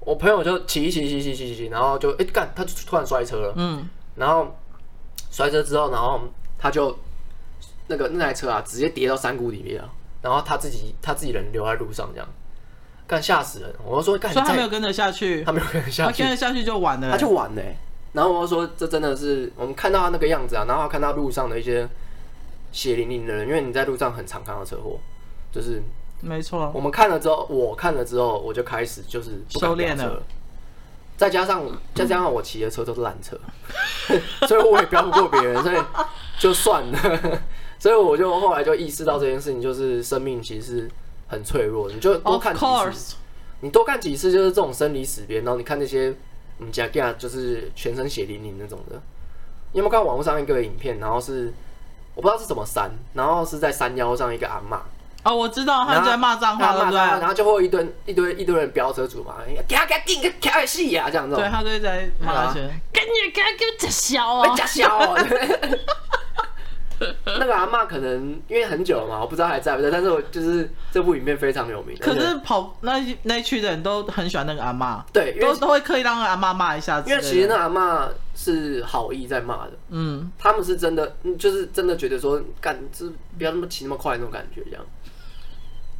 [SPEAKER 2] 我朋友就骑一骑骑骑骑骑骑，然后就哎干、他就突然摔车了，
[SPEAKER 3] 嗯，
[SPEAKER 2] 然后摔车之后，然后他就那个那台车啊，直接跌到山谷里面了，然后他自己他自己人留在路上这样，干吓死人！我就说干你
[SPEAKER 3] 所以他
[SPEAKER 2] 再
[SPEAKER 3] 没有跟着下去
[SPEAKER 2] 哎他，没有跟下
[SPEAKER 3] 他
[SPEAKER 2] 去
[SPEAKER 3] 跟，着下去就完了、
[SPEAKER 2] 他就玩嘞、欸然后我就说，这真的是我们看到他那个样子啊，然后看到路上的一些血淋淋的人，因为你在路上很常看到车祸，就是
[SPEAKER 3] 没错
[SPEAKER 2] 我，们看了之后，我看了之后，我就开始就是不敢
[SPEAKER 3] 收敛
[SPEAKER 2] 飙车
[SPEAKER 3] 了。
[SPEAKER 2] 再加上再加上我骑的车都是烂车， 所以我也飙不过别人，所以就算了。所以我就后来就意识到这件事情，就是生命其实是很脆弱的，你就多
[SPEAKER 3] Of
[SPEAKER 2] 看几次
[SPEAKER 3] course，
[SPEAKER 2] 你多看几次就是这种生离死别，然后你看那些嗯假假就是全身血淋淋那种的。你有没有看网络上一个影片？然后是我不知道是怎么删，然后是在山腰上一个阿嬷，
[SPEAKER 3] 哦，我知道他
[SPEAKER 2] 然
[SPEAKER 3] 们
[SPEAKER 2] 后
[SPEAKER 3] 在骂脏话，
[SPEAKER 2] 她
[SPEAKER 3] 对
[SPEAKER 2] 骂
[SPEAKER 3] 不
[SPEAKER 2] 脏话然
[SPEAKER 3] 对？
[SPEAKER 2] 后就会有一堆一堆一堆人飙车主嘛，给他给他定个调个戏呀，这样子，
[SPEAKER 3] 对，他就在骂那些。
[SPEAKER 2] 啊
[SPEAKER 1] 跟你给他给我讲小
[SPEAKER 2] 被
[SPEAKER 1] 哦，
[SPEAKER 2] 假笑哦。那个阿嬷可能因为很久了嘛，我不知道还在不在，但是我就是这部影片非常有名。
[SPEAKER 3] 可
[SPEAKER 2] 而
[SPEAKER 3] 是
[SPEAKER 2] 且
[SPEAKER 3] 跑那一那一区的人都很喜欢那个阿嬷，
[SPEAKER 2] 对，因
[SPEAKER 3] 都
[SPEAKER 2] 为
[SPEAKER 3] 都会刻意让阿嬷骂一下之
[SPEAKER 2] 因为
[SPEAKER 3] 类的。
[SPEAKER 2] 其实那阿嬷是好意在骂的，
[SPEAKER 3] 嗯，
[SPEAKER 2] 他们是真的，嗯就是真的觉得说，干，这不要那么骑那么快那种感觉，这样。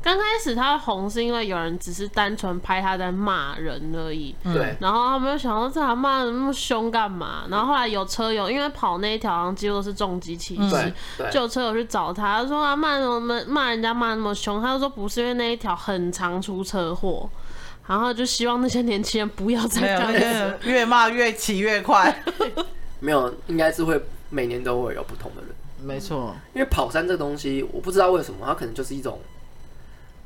[SPEAKER 1] 刚开始他红是因为有人只是单纯拍他在骂人而已，
[SPEAKER 3] 嗯
[SPEAKER 2] 对，
[SPEAKER 1] 然后他们就想到这阿骂那么凶干嘛？然后后来有车友因为跑那一条好像几乎都是重机骑
[SPEAKER 3] 嗯
[SPEAKER 1] 士，
[SPEAKER 2] 对，对，
[SPEAKER 1] 就有车友去找他，他说啊骂什么骂人家骂那么凶，他就说不是因为那一条很常出车祸，然后就希望那些年轻人不要再
[SPEAKER 3] 没有
[SPEAKER 1] 干
[SPEAKER 3] 那些人越骂越骑越快。
[SPEAKER 2] 没有，应该是会每年都会有不同的人，
[SPEAKER 3] 没错，
[SPEAKER 2] 因为跑山这东西，我不知道为什么，它可能就是一种，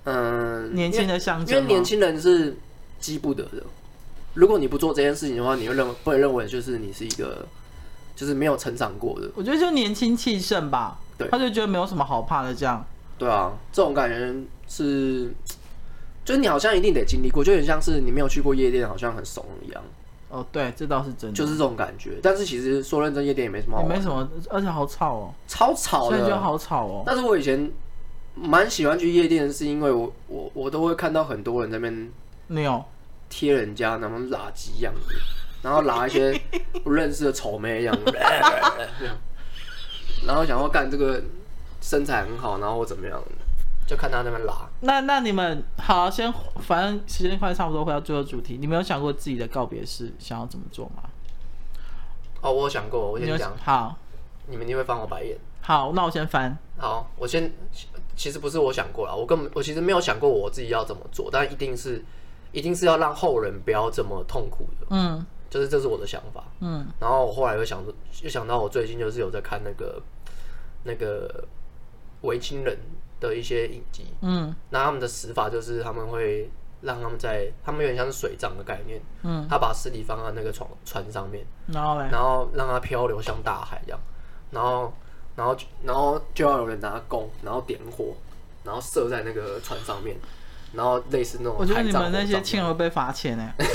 [SPEAKER 2] 嗯、
[SPEAKER 3] 年轻的象
[SPEAKER 2] 因为
[SPEAKER 3] 征嘛。
[SPEAKER 2] 年轻人是激不得的。如果你不做这件事情的话，你会认为会认为就是你是一个，就是没有成长过的，
[SPEAKER 3] 我觉得就年轻气盛吧，
[SPEAKER 2] 对
[SPEAKER 3] 他就觉得没有什么好怕的，这样
[SPEAKER 2] 对啊，这种感觉是，就是你好像一定得经历过，就有点像是你没有去过夜店，好像很怂一样，
[SPEAKER 3] 哦，对，这倒是真的，
[SPEAKER 2] 就是这种感觉。但是其实说认真，夜店也没什么好
[SPEAKER 3] 也
[SPEAKER 2] 玩，
[SPEAKER 3] 没什么，而且好吵哦，
[SPEAKER 2] 超吵
[SPEAKER 3] 所以就
[SPEAKER 2] 的。
[SPEAKER 3] 好吵哦，
[SPEAKER 2] 但是我以前蛮喜欢去夜店，是因为我我我都会看到很多人在那边
[SPEAKER 3] 扭，
[SPEAKER 2] 贴人家那么垃圾样子，然后拿一些不认识的丑妹样子， 这样然后想要干这个身材很好，然后我怎么样，就看他那边拉。
[SPEAKER 3] 那那你们好，啊先反正时间快差不多，回到最后主题，你们有想过自己的告别式想要怎么做吗？
[SPEAKER 2] 哦，我有想过，我
[SPEAKER 3] 你
[SPEAKER 2] 先
[SPEAKER 3] 有
[SPEAKER 2] 讲，
[SPEAKER 3] 好
[SPEAKER 2] 你们一定会翻我白眼。
[SPEAKER 3] 好，那我先翻，
[SPEAKER 2] 好，我先，其其实不是我想过啦，我根本我其实没有想过我自己要怎么做，但一定是，一定是要让后人不要这么痛苦的，
[SPEAKER 3] 嗯
[SPEAKER 2] 就是这是我的想法。
[SPEAKER 3] 嗯，
[SPEAKER 2] 然后我后来又想，又想到我最近就是有在看那个那个维京人的一些影集，
[SPEAKER 3] 嗯
[SPEAKER 2] 那他们的死法就是他们会让他们在，他们有点像是水葬的概念，
[SPEAKER 3] 嗯，
[SPEAKER 2] 他把尸体放在那个船船上面，
[SPEAKER 3] 然后嘞，
[SPEAKER 2] 然后让它漂流向大海这样，然后然后然后就要有人拿弓，然后点火，然后射在那个船上面，然后类似那种
[SPEAKER 3] 我觉得
[SPEAKER 2] 海
[SPEAKER 3] 你
[SPEAKER 2] 葬
[SPEAKER 3] 们
[SPEAKER 2] 火
[SPEAKER 3] 那些
[SPEAKER 2] 葬
[SPEAKER 3] 亲儿被罚钱 哎、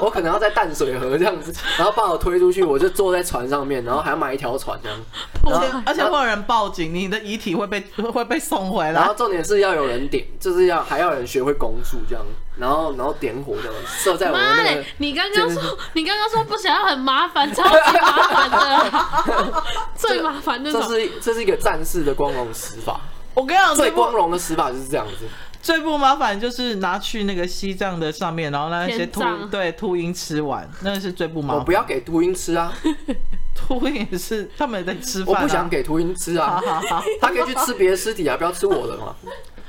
[SPEAKER 2] 我可能要在淡水河这样子，然后把我推出去，我就坐在船上面，然后还要买一条船这样。
[SPEAKER 3] 而且 而且会有人报警，你的遗体会被会被送回
[SPEAKER 2] 然
[SPEAKER 3] 来
[SPEAKER 2] 后，重点是要有人点，就是要还要有人学会攻速这样，然后然后点火这样射在我的
[SPEAKER 1] 妈
[SPEAKER 2] 那
[SPEAKER 1] 嘞
[SPEAKER 2] 个，！
[SPEAKER 1] 你刚刚说，你刚刚说不想要很麻烦，超级麻烦的 啊，最麻烦那
[SPEAKER 2] 这
[SPEAKER 1] 种。
[SPEAKER 2] 是这是一个战士的光荣死法，
[SPEAKER 3] 我跟你讲，
[SPEAKER 2] 最
[SPEAKER 3] 这部
[SPEAKER 2] 光荣的死法就是这样子。
[SPEAKER 3] 最不麻烦就是拿去那个西藏的上面，然后让那些
[SPEAKER 1] 天
[SPEAKER 3] 秃
[SPEAKER 1] 葬
[SPEAKER 3] 对秃鹰吃完，那是最不麻
[SPEAKER 2] 我
[SPEAKER 3] 烦。
[SPEAKER 2] 不要给秃鹰吃啊，
[SPEAKER 3] 秃鹰也是，他们也在吃
[SPEAKER 2] 我
[SPEAKER 3] 饭、啊。
[SPEAKER 2] 不想 给秃鹰吃
[SPEAKER 3] 好
[SPEAKER 2] 啊，
[SPEAKER 3] 好好，
[SPEAKER 2] 他可以去吃别的尸体啊，不要吃我的 嘛。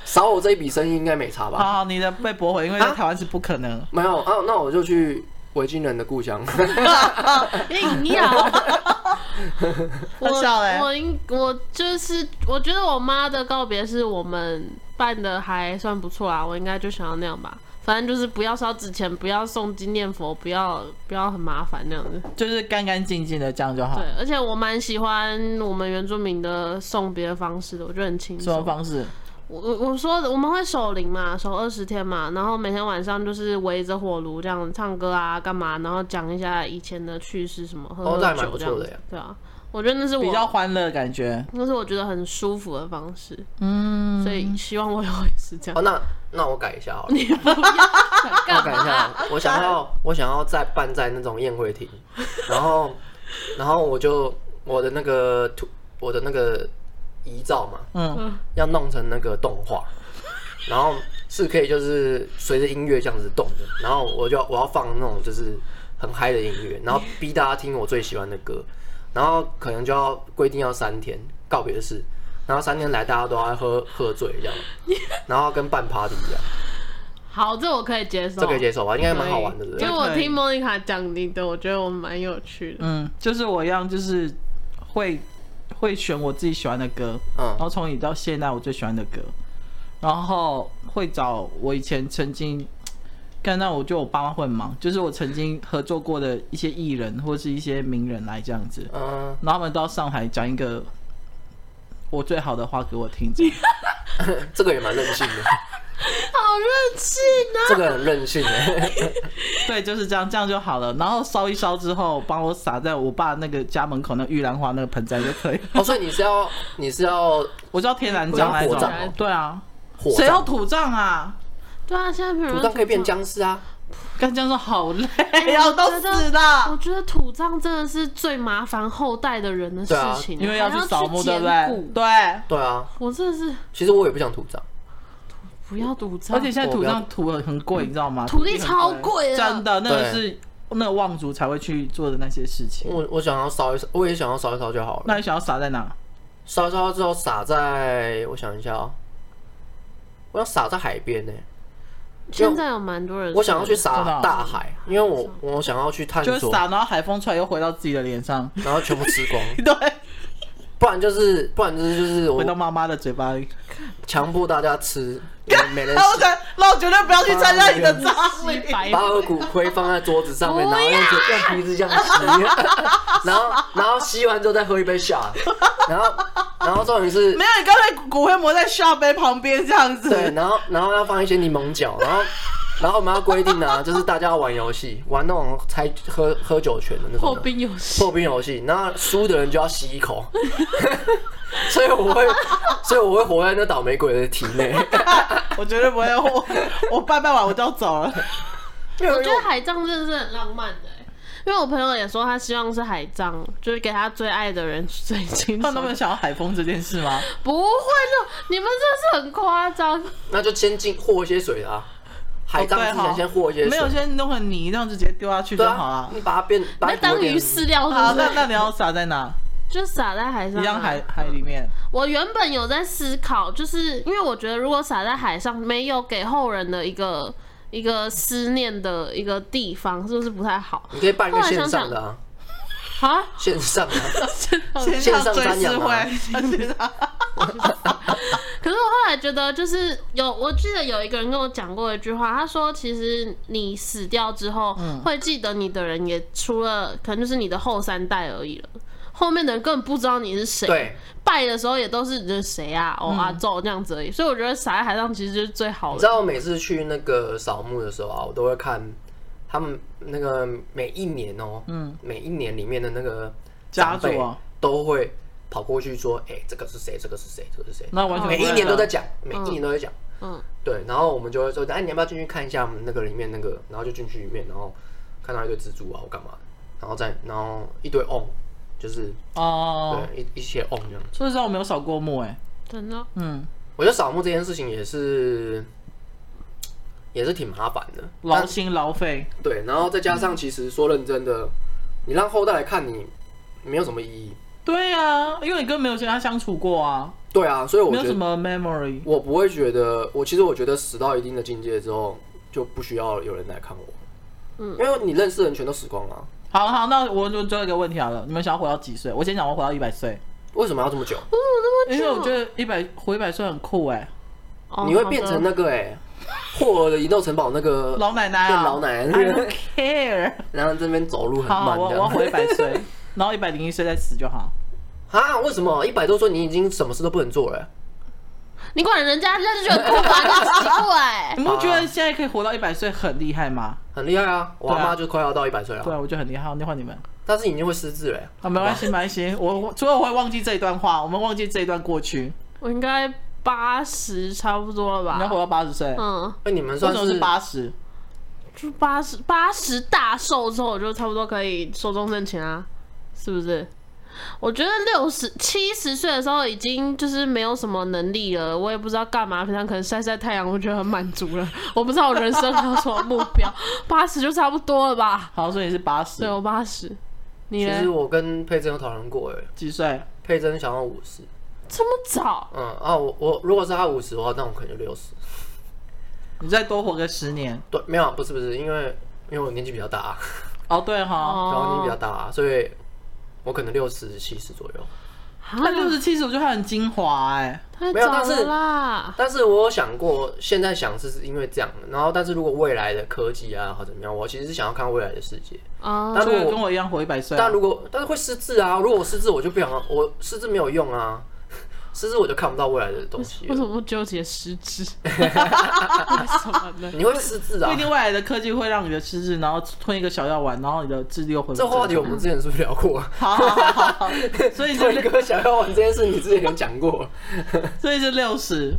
[SPEAKER 2] 少我这一笔生意应该没差吧？
[SPEAKER 3] 好好，你的被驳回，因为在台湾是不可能。
[SPEAKER 2] 没有啊，那我就去维京人的故 乡。
[SPEAKER 1] 硬要。
[SPEAKER 3] 他笑嘞
[SPEAKER 1] 哎我应我就是我觉得我妈的告别是我们办的还算不错啦，我应该就想要那样吧。反正就是不要烧纸钱，不要送金念佛，不要不要很麻烦那样子。
[SPEAKER 3] 就是干干净净的这样就好
[SPEAKER 1] 对。，而且我蛮喜欢我们原住民的送别的方式的，我觉得很轻
[SPEAKER 3] 什么
[SPEAKER 1] 松。
[SPEAKER 3] 方式？
[SPEAKER 1] 我我我说我们会守灵嘛，守二十天嘛，然后每天晚上就是围着火炉这样唱歌啊，干嘛，然后讲一下以前的趣事什么，喝
[SPEAKER 2] 哦
[SPEAKER 1] 喝
[SPEAKER 2] 那还蛮
[SPEAKER 1] 酒
[SPEAKER 2] 不
[SPEAKER 1] 这
[SPEAKER 2] 错
[SPEAKER 1] 样
[SPEAKER 2] 的
[SPEAKER 1] 子
[SPEAKER 2] 呀
[SPEAKER 1] 对啊，我觉得那是我
[SPEAKER 3] 比较欢乐的感觉。
[SPEAKER 1] 那是我觉得很舒服的方式，
[SPEAKER 3] 嗯，
[SPEAKER 1] 所以希望我以后也是这样。
[SPEAKER 2] 哦，那那我改一下好 了，
[SPEAKER 1] 干
[SPEAKER 2] 我
[SPEAKER 1] 嘛
[SPEAKER 2] 改一下，我想要我想要再办在那种宴会 厅，然后然后我就我的那个图，我的那个遗照嘛，
[SPEAKER 3] 嗯，
[SPEAKER 2] 要弄成那个动画，然后是可以就是随着音乐这样子动的，然后我就我要放那种就是很嗨的音乐，然后逼大家听我最喜欢的歌，然后可能就要规定要三天告别式，然后三天来大家都要喝喝醉这样，然后跟办 party 一样，
[SPEAKER 1] 好，这我可以接受，
[SPEAKER 2] 这可以接受吧？应该蛮好玩的，对
[SPEAKER 1] 因
[SPEAKER 2] 不对
[SPEAKER 1] 为？
[SPEAKER 3] 就
[SPEAKER 1] 我听莫妮卡讲你的，我觉得我蛮有趣的。
[SPEAKER 3] 嗯，就是我一样，就是会会选我自己喜欢的歌，然
[SPEAKER 2] 嗯
[SPEAKER 3] 后从以到现在我最喜欢的歌，然后会找我以前曾经。干那我觉得我爸妈会很忙，就是我曾经合作过的一些艺人或是一些名人来这样子，
[SPEAKER 2] 嗯，
[SPEAKER 3] 然后他们到上海讲一个我最好的话给我听着，
[SPEAKER 2] 这个也蛮任性的，
[SPEAKER 1] 好任性啊！
[SPEAKER 2] 这个很任性哎，
[SPEAKER 3] 对，就是这样，这样就好了。然后烧一烧之后，帮我撒在我爸那个家门口那个玉兰花那个盆栽就可以了。
[SPEAKER 2] 哦，所以你是要你是要
[SPEAKER 3] 我知道天然浆那
[SPEAKER 2] 我要火
[SPEAKER 3] 种
[SPEAKER 2] 葬哦，
[SPEAKER 3] 对啊，
[SPEAKER 2] 火
[SPEAKER 3] 谁要
[SPEAKER 2] 葬，哦
[SPEAKER 3] 土葬啊？
[SPEAKER 1] 对啊，现在没有人
[SPEAKER 2] 土葬可以变
[SPEAKER 1] 土葬。
[SPEAKER 2] 僵尸啊，
[SPEAKER 3] 干这样说好累
[SPEAKER 1] 哎
[SPEAKER 3] 啊，
[SPEAKER 1] 我
[SPEAKER 3] 我都
[SPEAKER 1] 觉得
[SPEAKER 3] 死了
[SPEAKER 1] 我。觉得土葬真的是最麻烦后代的人的事
[SPEAKER 2] 对啊
[SPEAKER 1] 情，
[SPEAKER 3] 因为
[SPEAKER 1] 要
[SPEAKER 3] 要去扫墓，对
[SPEAKER 1] 兼
[SPEAKER 3] 不对
[SPEAKER 1] 顾？
[SPEAKER 3] 对，
[SPEAKER 2] 对啊，
[SPEAKER 1] 我真的是
[SPEAKER 2] 其实我也不想土葬。
[SPEAKER 1] 不要土葬，
[SPEAKER 3] 而且现在土葬土很贵，你知道吗？
[SPEAKER 1] 土地
[SPEAKER 3] 很
[SPEAKER 1] 超贵啊的，
[SPEAKER 3] 真的，那个
[SPEAKER 2] 对
[SPEAKER 3] 是那个望族才会去做的那些事情。
[SPEAKER 2] 我我想要烧一烧，我也想要烧一烧就好
[SPEAKER 3] 那
[SPEAKER 2] 了。
[SPEAKER 3] 你想要撒在哪？
[SPEAKER 2] 烧一烧之后撒在，我想一下哦，我要撒在海边呢、
[SPEAKER 1] 现在有蛮多人，
[SPEAKER 2] 我想要去
[SPEAKER 3] 真的
[SPEAKER 2] 撒
[SPEAKER 3] 哦
[SPEAKER 2] 大海，因为我我想要去探
[SPEAKER 3] 就是
[SPEAKER 2] 索，
[SPEAKER 3] 撒，然后海风出来又回到自己的脸上。
[SPEAKER 2] 然后全部吃光，
[SPEAKER 3] 对，
[SPEAKER 2] 不然就是不然就是就是
[SPEAKER 3] 回到
[SPEAKER 2] 我
[SPEAKER 3] 妈妈的嘴巴里。
[SPEAKER 2] 强迫大家吃，每人
[SPEAKER 3] 那 我才，那我绝对不要去参加你的 葬
[SPEAKER 1] 洗
[SPEAKER 3] 礼。
[SPEAKER 1] 白
[SPEAKER 2] 把我骨灰放在桌子上面，然后用嘴用鼻子这样 吸，然后然后吸完之后再喝一杯下，然后然后重点是
[SPEAKER 3] 没有，你刚才骨灰磨在下杯旁边这样
[SPEAKER 2] 对，
[SPEAKER 3] 子。
[SPEAKER 2] 然后然后要放一些柠檬角，然后 然后我们要规定啊，就是大家要玩游戏，玩那种猜喝喝酒拳的那种
[SPEAKER 1] 破
[SPEAKER 2] 的
[SPEAKER 1] 冰游戏，
[SPEAKER 2] 破冰游戏，然后输的人就要吸一口， 所以我会 所以我会活在那倒霉鬼的体 内。
[SPEAKER 3] 我绝对不会，我 我拜拜完我就要走 了。
[SPEAKER 2] 因为
[SPEAKER 1] 我觉得海葬真的是很浪漫的欸、因为我朋友也说他希望是海葬，就是给他最爱的人最亲
[SPEAKER 3] 他们那么
[SPEAKER 1] 松。
[SPEAKER 3] 想要海风这件事吗？
[SPEAKER 1] 不会就你们真的是很夸张，
[SPEAKER 2] 那就先进和一些水啊，海葬
[SPEAKER 3] 哦对
[SPEAKER 2] 之前
[SPEAKER 3] 哈
[SPEAKER 2] 先和一些水，
[SPEAKER 3] 没有，先弄个泥，这样就直接丢下去就
[SPEAKER 2] 对
[SPEAKER 3] 好
[SPEAKER 2] 啊
[SPEAKER 3] 了，。
[SPEAKER 2] 你把它变把
[SPEAKER 1] 那
[SPEAKER 2] 它
[SPEAKER 1] 当
[SPEAKER 2] 裹点
[SPEAKER 1] 鱼饲料
[SPEAKER 2] 啊
[SPEAKER 3] 好，
[SPEAKER 1] 是不
[SPEAKER 3] 啊那
[SPEAKER 1] 是？
[SPEAKER 3] 那你要撒在哪？
[SPEAKER 1] 就撒在海上、
[SPEAKER 3] 一
[SPEAKER 1] 啊。
[SPEAKER 3] 样海海里面。
[SPEAKER 1] 我原本有在思考，就是因为我觉得如果撒在海上，没有给后人的一个一个思念的一个地方，是不是不太好
[SPEAKER 2] 你可以办一个
[SPEAKER 1] 后来
[SPEAKER 2] 线
[SPEAKER 1] 想
[SPEAKER 2] 上的啊，
[SPEAKER 1] 啊？
[SPEAKER 2] 线上的 啊
[SPEAKER 3] 线上
[SPEAKER 2] 线上
[SPEAKER 3] 追
[SPEAKER 2] 瞻
[SPEAKER 3] 思
[SPEAKER 2] 仰吗
[SPEAKER 3] 会，
[SPEAKER 1] 可是我后来觉得，就是有，我记得有一个人跟我讲过一句话，他说，其实你死掉之后，
[SPEAKER 2] 嗯
[SPEAKER 1] 会记得你的人也除了可能就是你的后三代而已了，后面的人根本不知道你是谁。
[SPEAKER 2] 对，嗯
[SPEAKER 1] 拜的时候也都是就是谁啊，哦阿宙这样子而已。所以我觉得撒在海上其实就是最好
[SPEAKER 2] 你知
[SPEAKER 1] 的。
[SPEAKER 2] 道我每次去那个扫墓的时候啊，我都会看他们那个每一年哦、嗯，每一年里面的那个
[SPEAKER 3] 家
[SPEAKER 2] 长
[SPEAKER 3] 族
[SPEAKER 2] 辈
[SPEAKER 3] 啊
[SPEAKER 2] 都会跑过去说，哎、这个是谁？这个是谁？这个是谁？
[SPEAKER 3] 那完全
[SPEAKER 2] 每
[SPEAKER 3] 不会
[SPEAKER 2] 一年都在
[SPEAKER 3] 了。
[SPEAKER 2] 讲，每一年都在讲。
[SPEAKER 1] 嗯，
[SPEAKER 2] 对，然后我们就会说，哎、你要不要进去看一下我们那个里面那个？然后就进去里面，然后看到一堆蜘蛛啊，我干嘛的？然后再然后一堆瓮，就是
[SPEAKER 3] 哦，
[SPEAKER 2] 对一一些瓮这样。
[SPEAKER 3] 说实话，我没有扫过墓，哎，
[SPEAKER 1] 真的，哦
[SPEAKER 3] 嗯，
[SPEAKER 2] 我觉得扫墓这件事情也是也是挺麻烦的，
[SPEAKER 3] 劳心劳肺，
[SPEAKER 2] 对，然后再加上其实说认真的，你让后代来看你，没有什么意义。
[SPEAKER 3] 对啊，因为你根本没有跟他相处过啊，
[SPEAKER 2] 对啊，所以我
[SPEAKER 3] 没有
[SPEAKER 2] 觉
[SPEAKER 3] 什
[SPEAKER 2] 得
[SPEAKER 3] 么 memory。
[SPEAKER 2] 我不会觉得，我其实我觉得死到一定的境界之后，就不需要有人来看我。
[SPEAKER 1] 嗯
[SPEAKER 2] 因为你认识的人全都死光了、
[SPEAKER 3] 好好，那我就最后一个问题好了，你们想要活到几岁？我先讲，我活到一百岁，
[SPEAKER 2] 为什么要这么久？
[SPEAKER 3] 因为我觉得一百活一百岁很酷哎、
[SPEAKER 1] 哦
[SPEAKER 2] 你会变成那
[SPEAKER 1] 好的
[SPEAKER 2] 个哎、霍尔的移动城堡那个
[SPEAKER 3] 老奶奶
[SPEAKER 2] 变
[SPEAKER 3] 啊，
[SPEAKER 2] 老奶奶
[SPEAKER 3] I don't care。
[SPEAKER 2] 然后这边走路很
[SPEAKER 3] 好好，
[SPEAKER 2] 慢
[SPEAKER 3] 我
[SPEAKER 2] 这
[SPEAKER 3] 我要活一
[SPEAKER 2] 样。
[SPEAKER 3] 百岁，然后一百零一岁再死就好。
[SPEAKER 2] 啊？为什么一百多岁你已经什么事都不能做了、欸
[SPEAKER 1] 你管人家，人家就 觉得酷吧，那奇怪。
[SPEAKER 3] 你们不觉得现在可以活到一百岁很厉害吗？
[SPEAKER 2] 很厉害啊！我
[SPEAKER 3] 对啊
[SPEAKER 2] 阿妈就快要到一百岁了，
[SPEAKER 3] 对，啊我觉得很厉害。那换你们
[SPEAKER 2] 但是已经会失智了、欸。
[SPEAKER 3] 啊，没关系，没 关系。我我除了我会忘记这一段话，我们忘记这一段过去。
[SPEAKER 1] 我应该八十差不多了
[SPEAKER 3] 你要活
[SPEAKER 1] 吧？
[SPEAKER 3] 到八十岁，为
[SPEAKER 1] 嗯，
[SPEAKER 2] 哎、你们
[SPEAKER 3] 什
[SPEAKER 2] 算
[SPEAKER 3] 么是八十？
[SPEAKER 1] 就八十八十大寿之后，我就差不多可以寿终正寝啊，是不是？我觉得六十七十岁的时候已经就是没有什么能力了，我也不知道干嘛，平常可能晒晒太阳，我觉得很满足了。 我不知道我人生还有什么目标， 八十就差不多了吧？
[SPEAKER 3] 好，所以你是八十
[SPEAKER 1] 对，我八十，你
[SPEAKER 2] 其实
[SPEAKER 1] 呢？
[SPEAKER 2] 我跟佩珍有讨论过、欸，哎，
[SPEAKER 3] 几岁？
[SPEAKER 2] 佩珍想要五十，
[SPEAKER 1] 这么早？
[SPEAKER 2] 嗯啊，我我如果是她五十的话，那我可能就六十。
[SPEAKER 3] 你再多活个十年。
[SPEAKER 2] 对，没有，啊不是不是，因为因为我年纪比较大、啊，
[SPEAKER 3] 哦，对哈，
[SPEAKER 2] 然后年纪比较
[SPEAKER 1] 哦，
[SPEAKER 2] 大、啊，所以我可能六十七十左右。
[SPEAKER 3] 那
[SPEAKER 1] 他
[SPEAKER 3] 六
[SPEAKER 2] 啊
[SPEAKER 3] 十七十，我觉得他很精华哎。
[SPEAKER 1] 啊太
[SPEAKER 2] 没有
[SPEAKER 1] 早
[SPEAKER 2] 但
[SPEAKER 1] 了
[SPEAKER 2] 是
[SPEAKER 1] 啦。
[SPEAKER 2] 但是我有想过，现在想是是因为这样，然后但是如果未来的科技啊或怎么样，我其实是想要看未来的世界。
[SPEAKER 1] 啊，
[SPEAKER 2] 但
[SPEAKER 3] 所
[SPEAKER 2] 如
[SPEAKER 3] 以
[SPEAKER 2] 果
[SPEAKER 3] 跟我一样活一百岁。啊
[SPEAKER 2] 但如果但是会失智啊，如果我失智，我就不想要我失智没有用啊， 失智我就看不到未来的东西
[SPEAKER 1] 为什
[SPEAKER 2] 了。
[SPEAKER 1] 么纠结失 智？为什么呢？
[SPEAKER 2] 你会失智
[SPEAKER 3] 不
[SPEAKER 2] 啊
[SPEAKER 3] 一？定未来的科技会让你的失智，然后吞一个小药丸，然后你的智力又恢复
[SPEAKER 2] 这
[SPEAKER 3] 正常。
[SPEAKER 2] 话 题我们之前是不是聊过？
[SPEAKER 3] 好好好好好，所以就
[SPEAKER 2] 推哥想要玩这件事，你之前有讲过。
[SPEAKER 3] 所以是六十，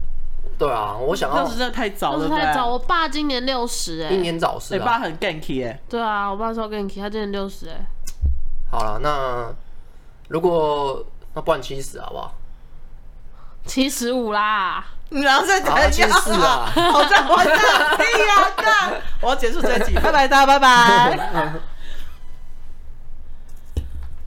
[SPEAKER 2] 对啊，我想
[SPEAKER 3] 六
[SPEAKER 2] 要
[SPEAKER 3] 十真的太早
[SPEAKER 1] 六
[SPEAKER 3] 了，
[SPEAKER 1] 十
[SPEAKER 3] 对不
[SPEAKER 1] 哦太
[SPEAKER 3] 对
[SPEAKER 1] 早，我爸今年六十
[SPEAKER 2] 英
[SPEAKER 1] 哎，
[SPEAKER 2] 年早逝
[SPEAKER 3] 你爸
[SPEAKER 2] 啊。
[SPEAKER 3] 很 ganky 哎，
[SPEAKER 1] 对啊，我爸说跟你提，他今年六十哎，
[SPEAKER 2] 好了，那如果那不然七十好不好？
[SPEAKER 1] 七十五啦，
[SPEAKER 3] 你然后再
[SPEAKER 2] 好
[SPEAKER 3] 谈
[SPEAKER 2] 七十啊。
[SPEAKER 3] 好在我在，哎呀，干我要结束这集，拜拜，大家拜拜。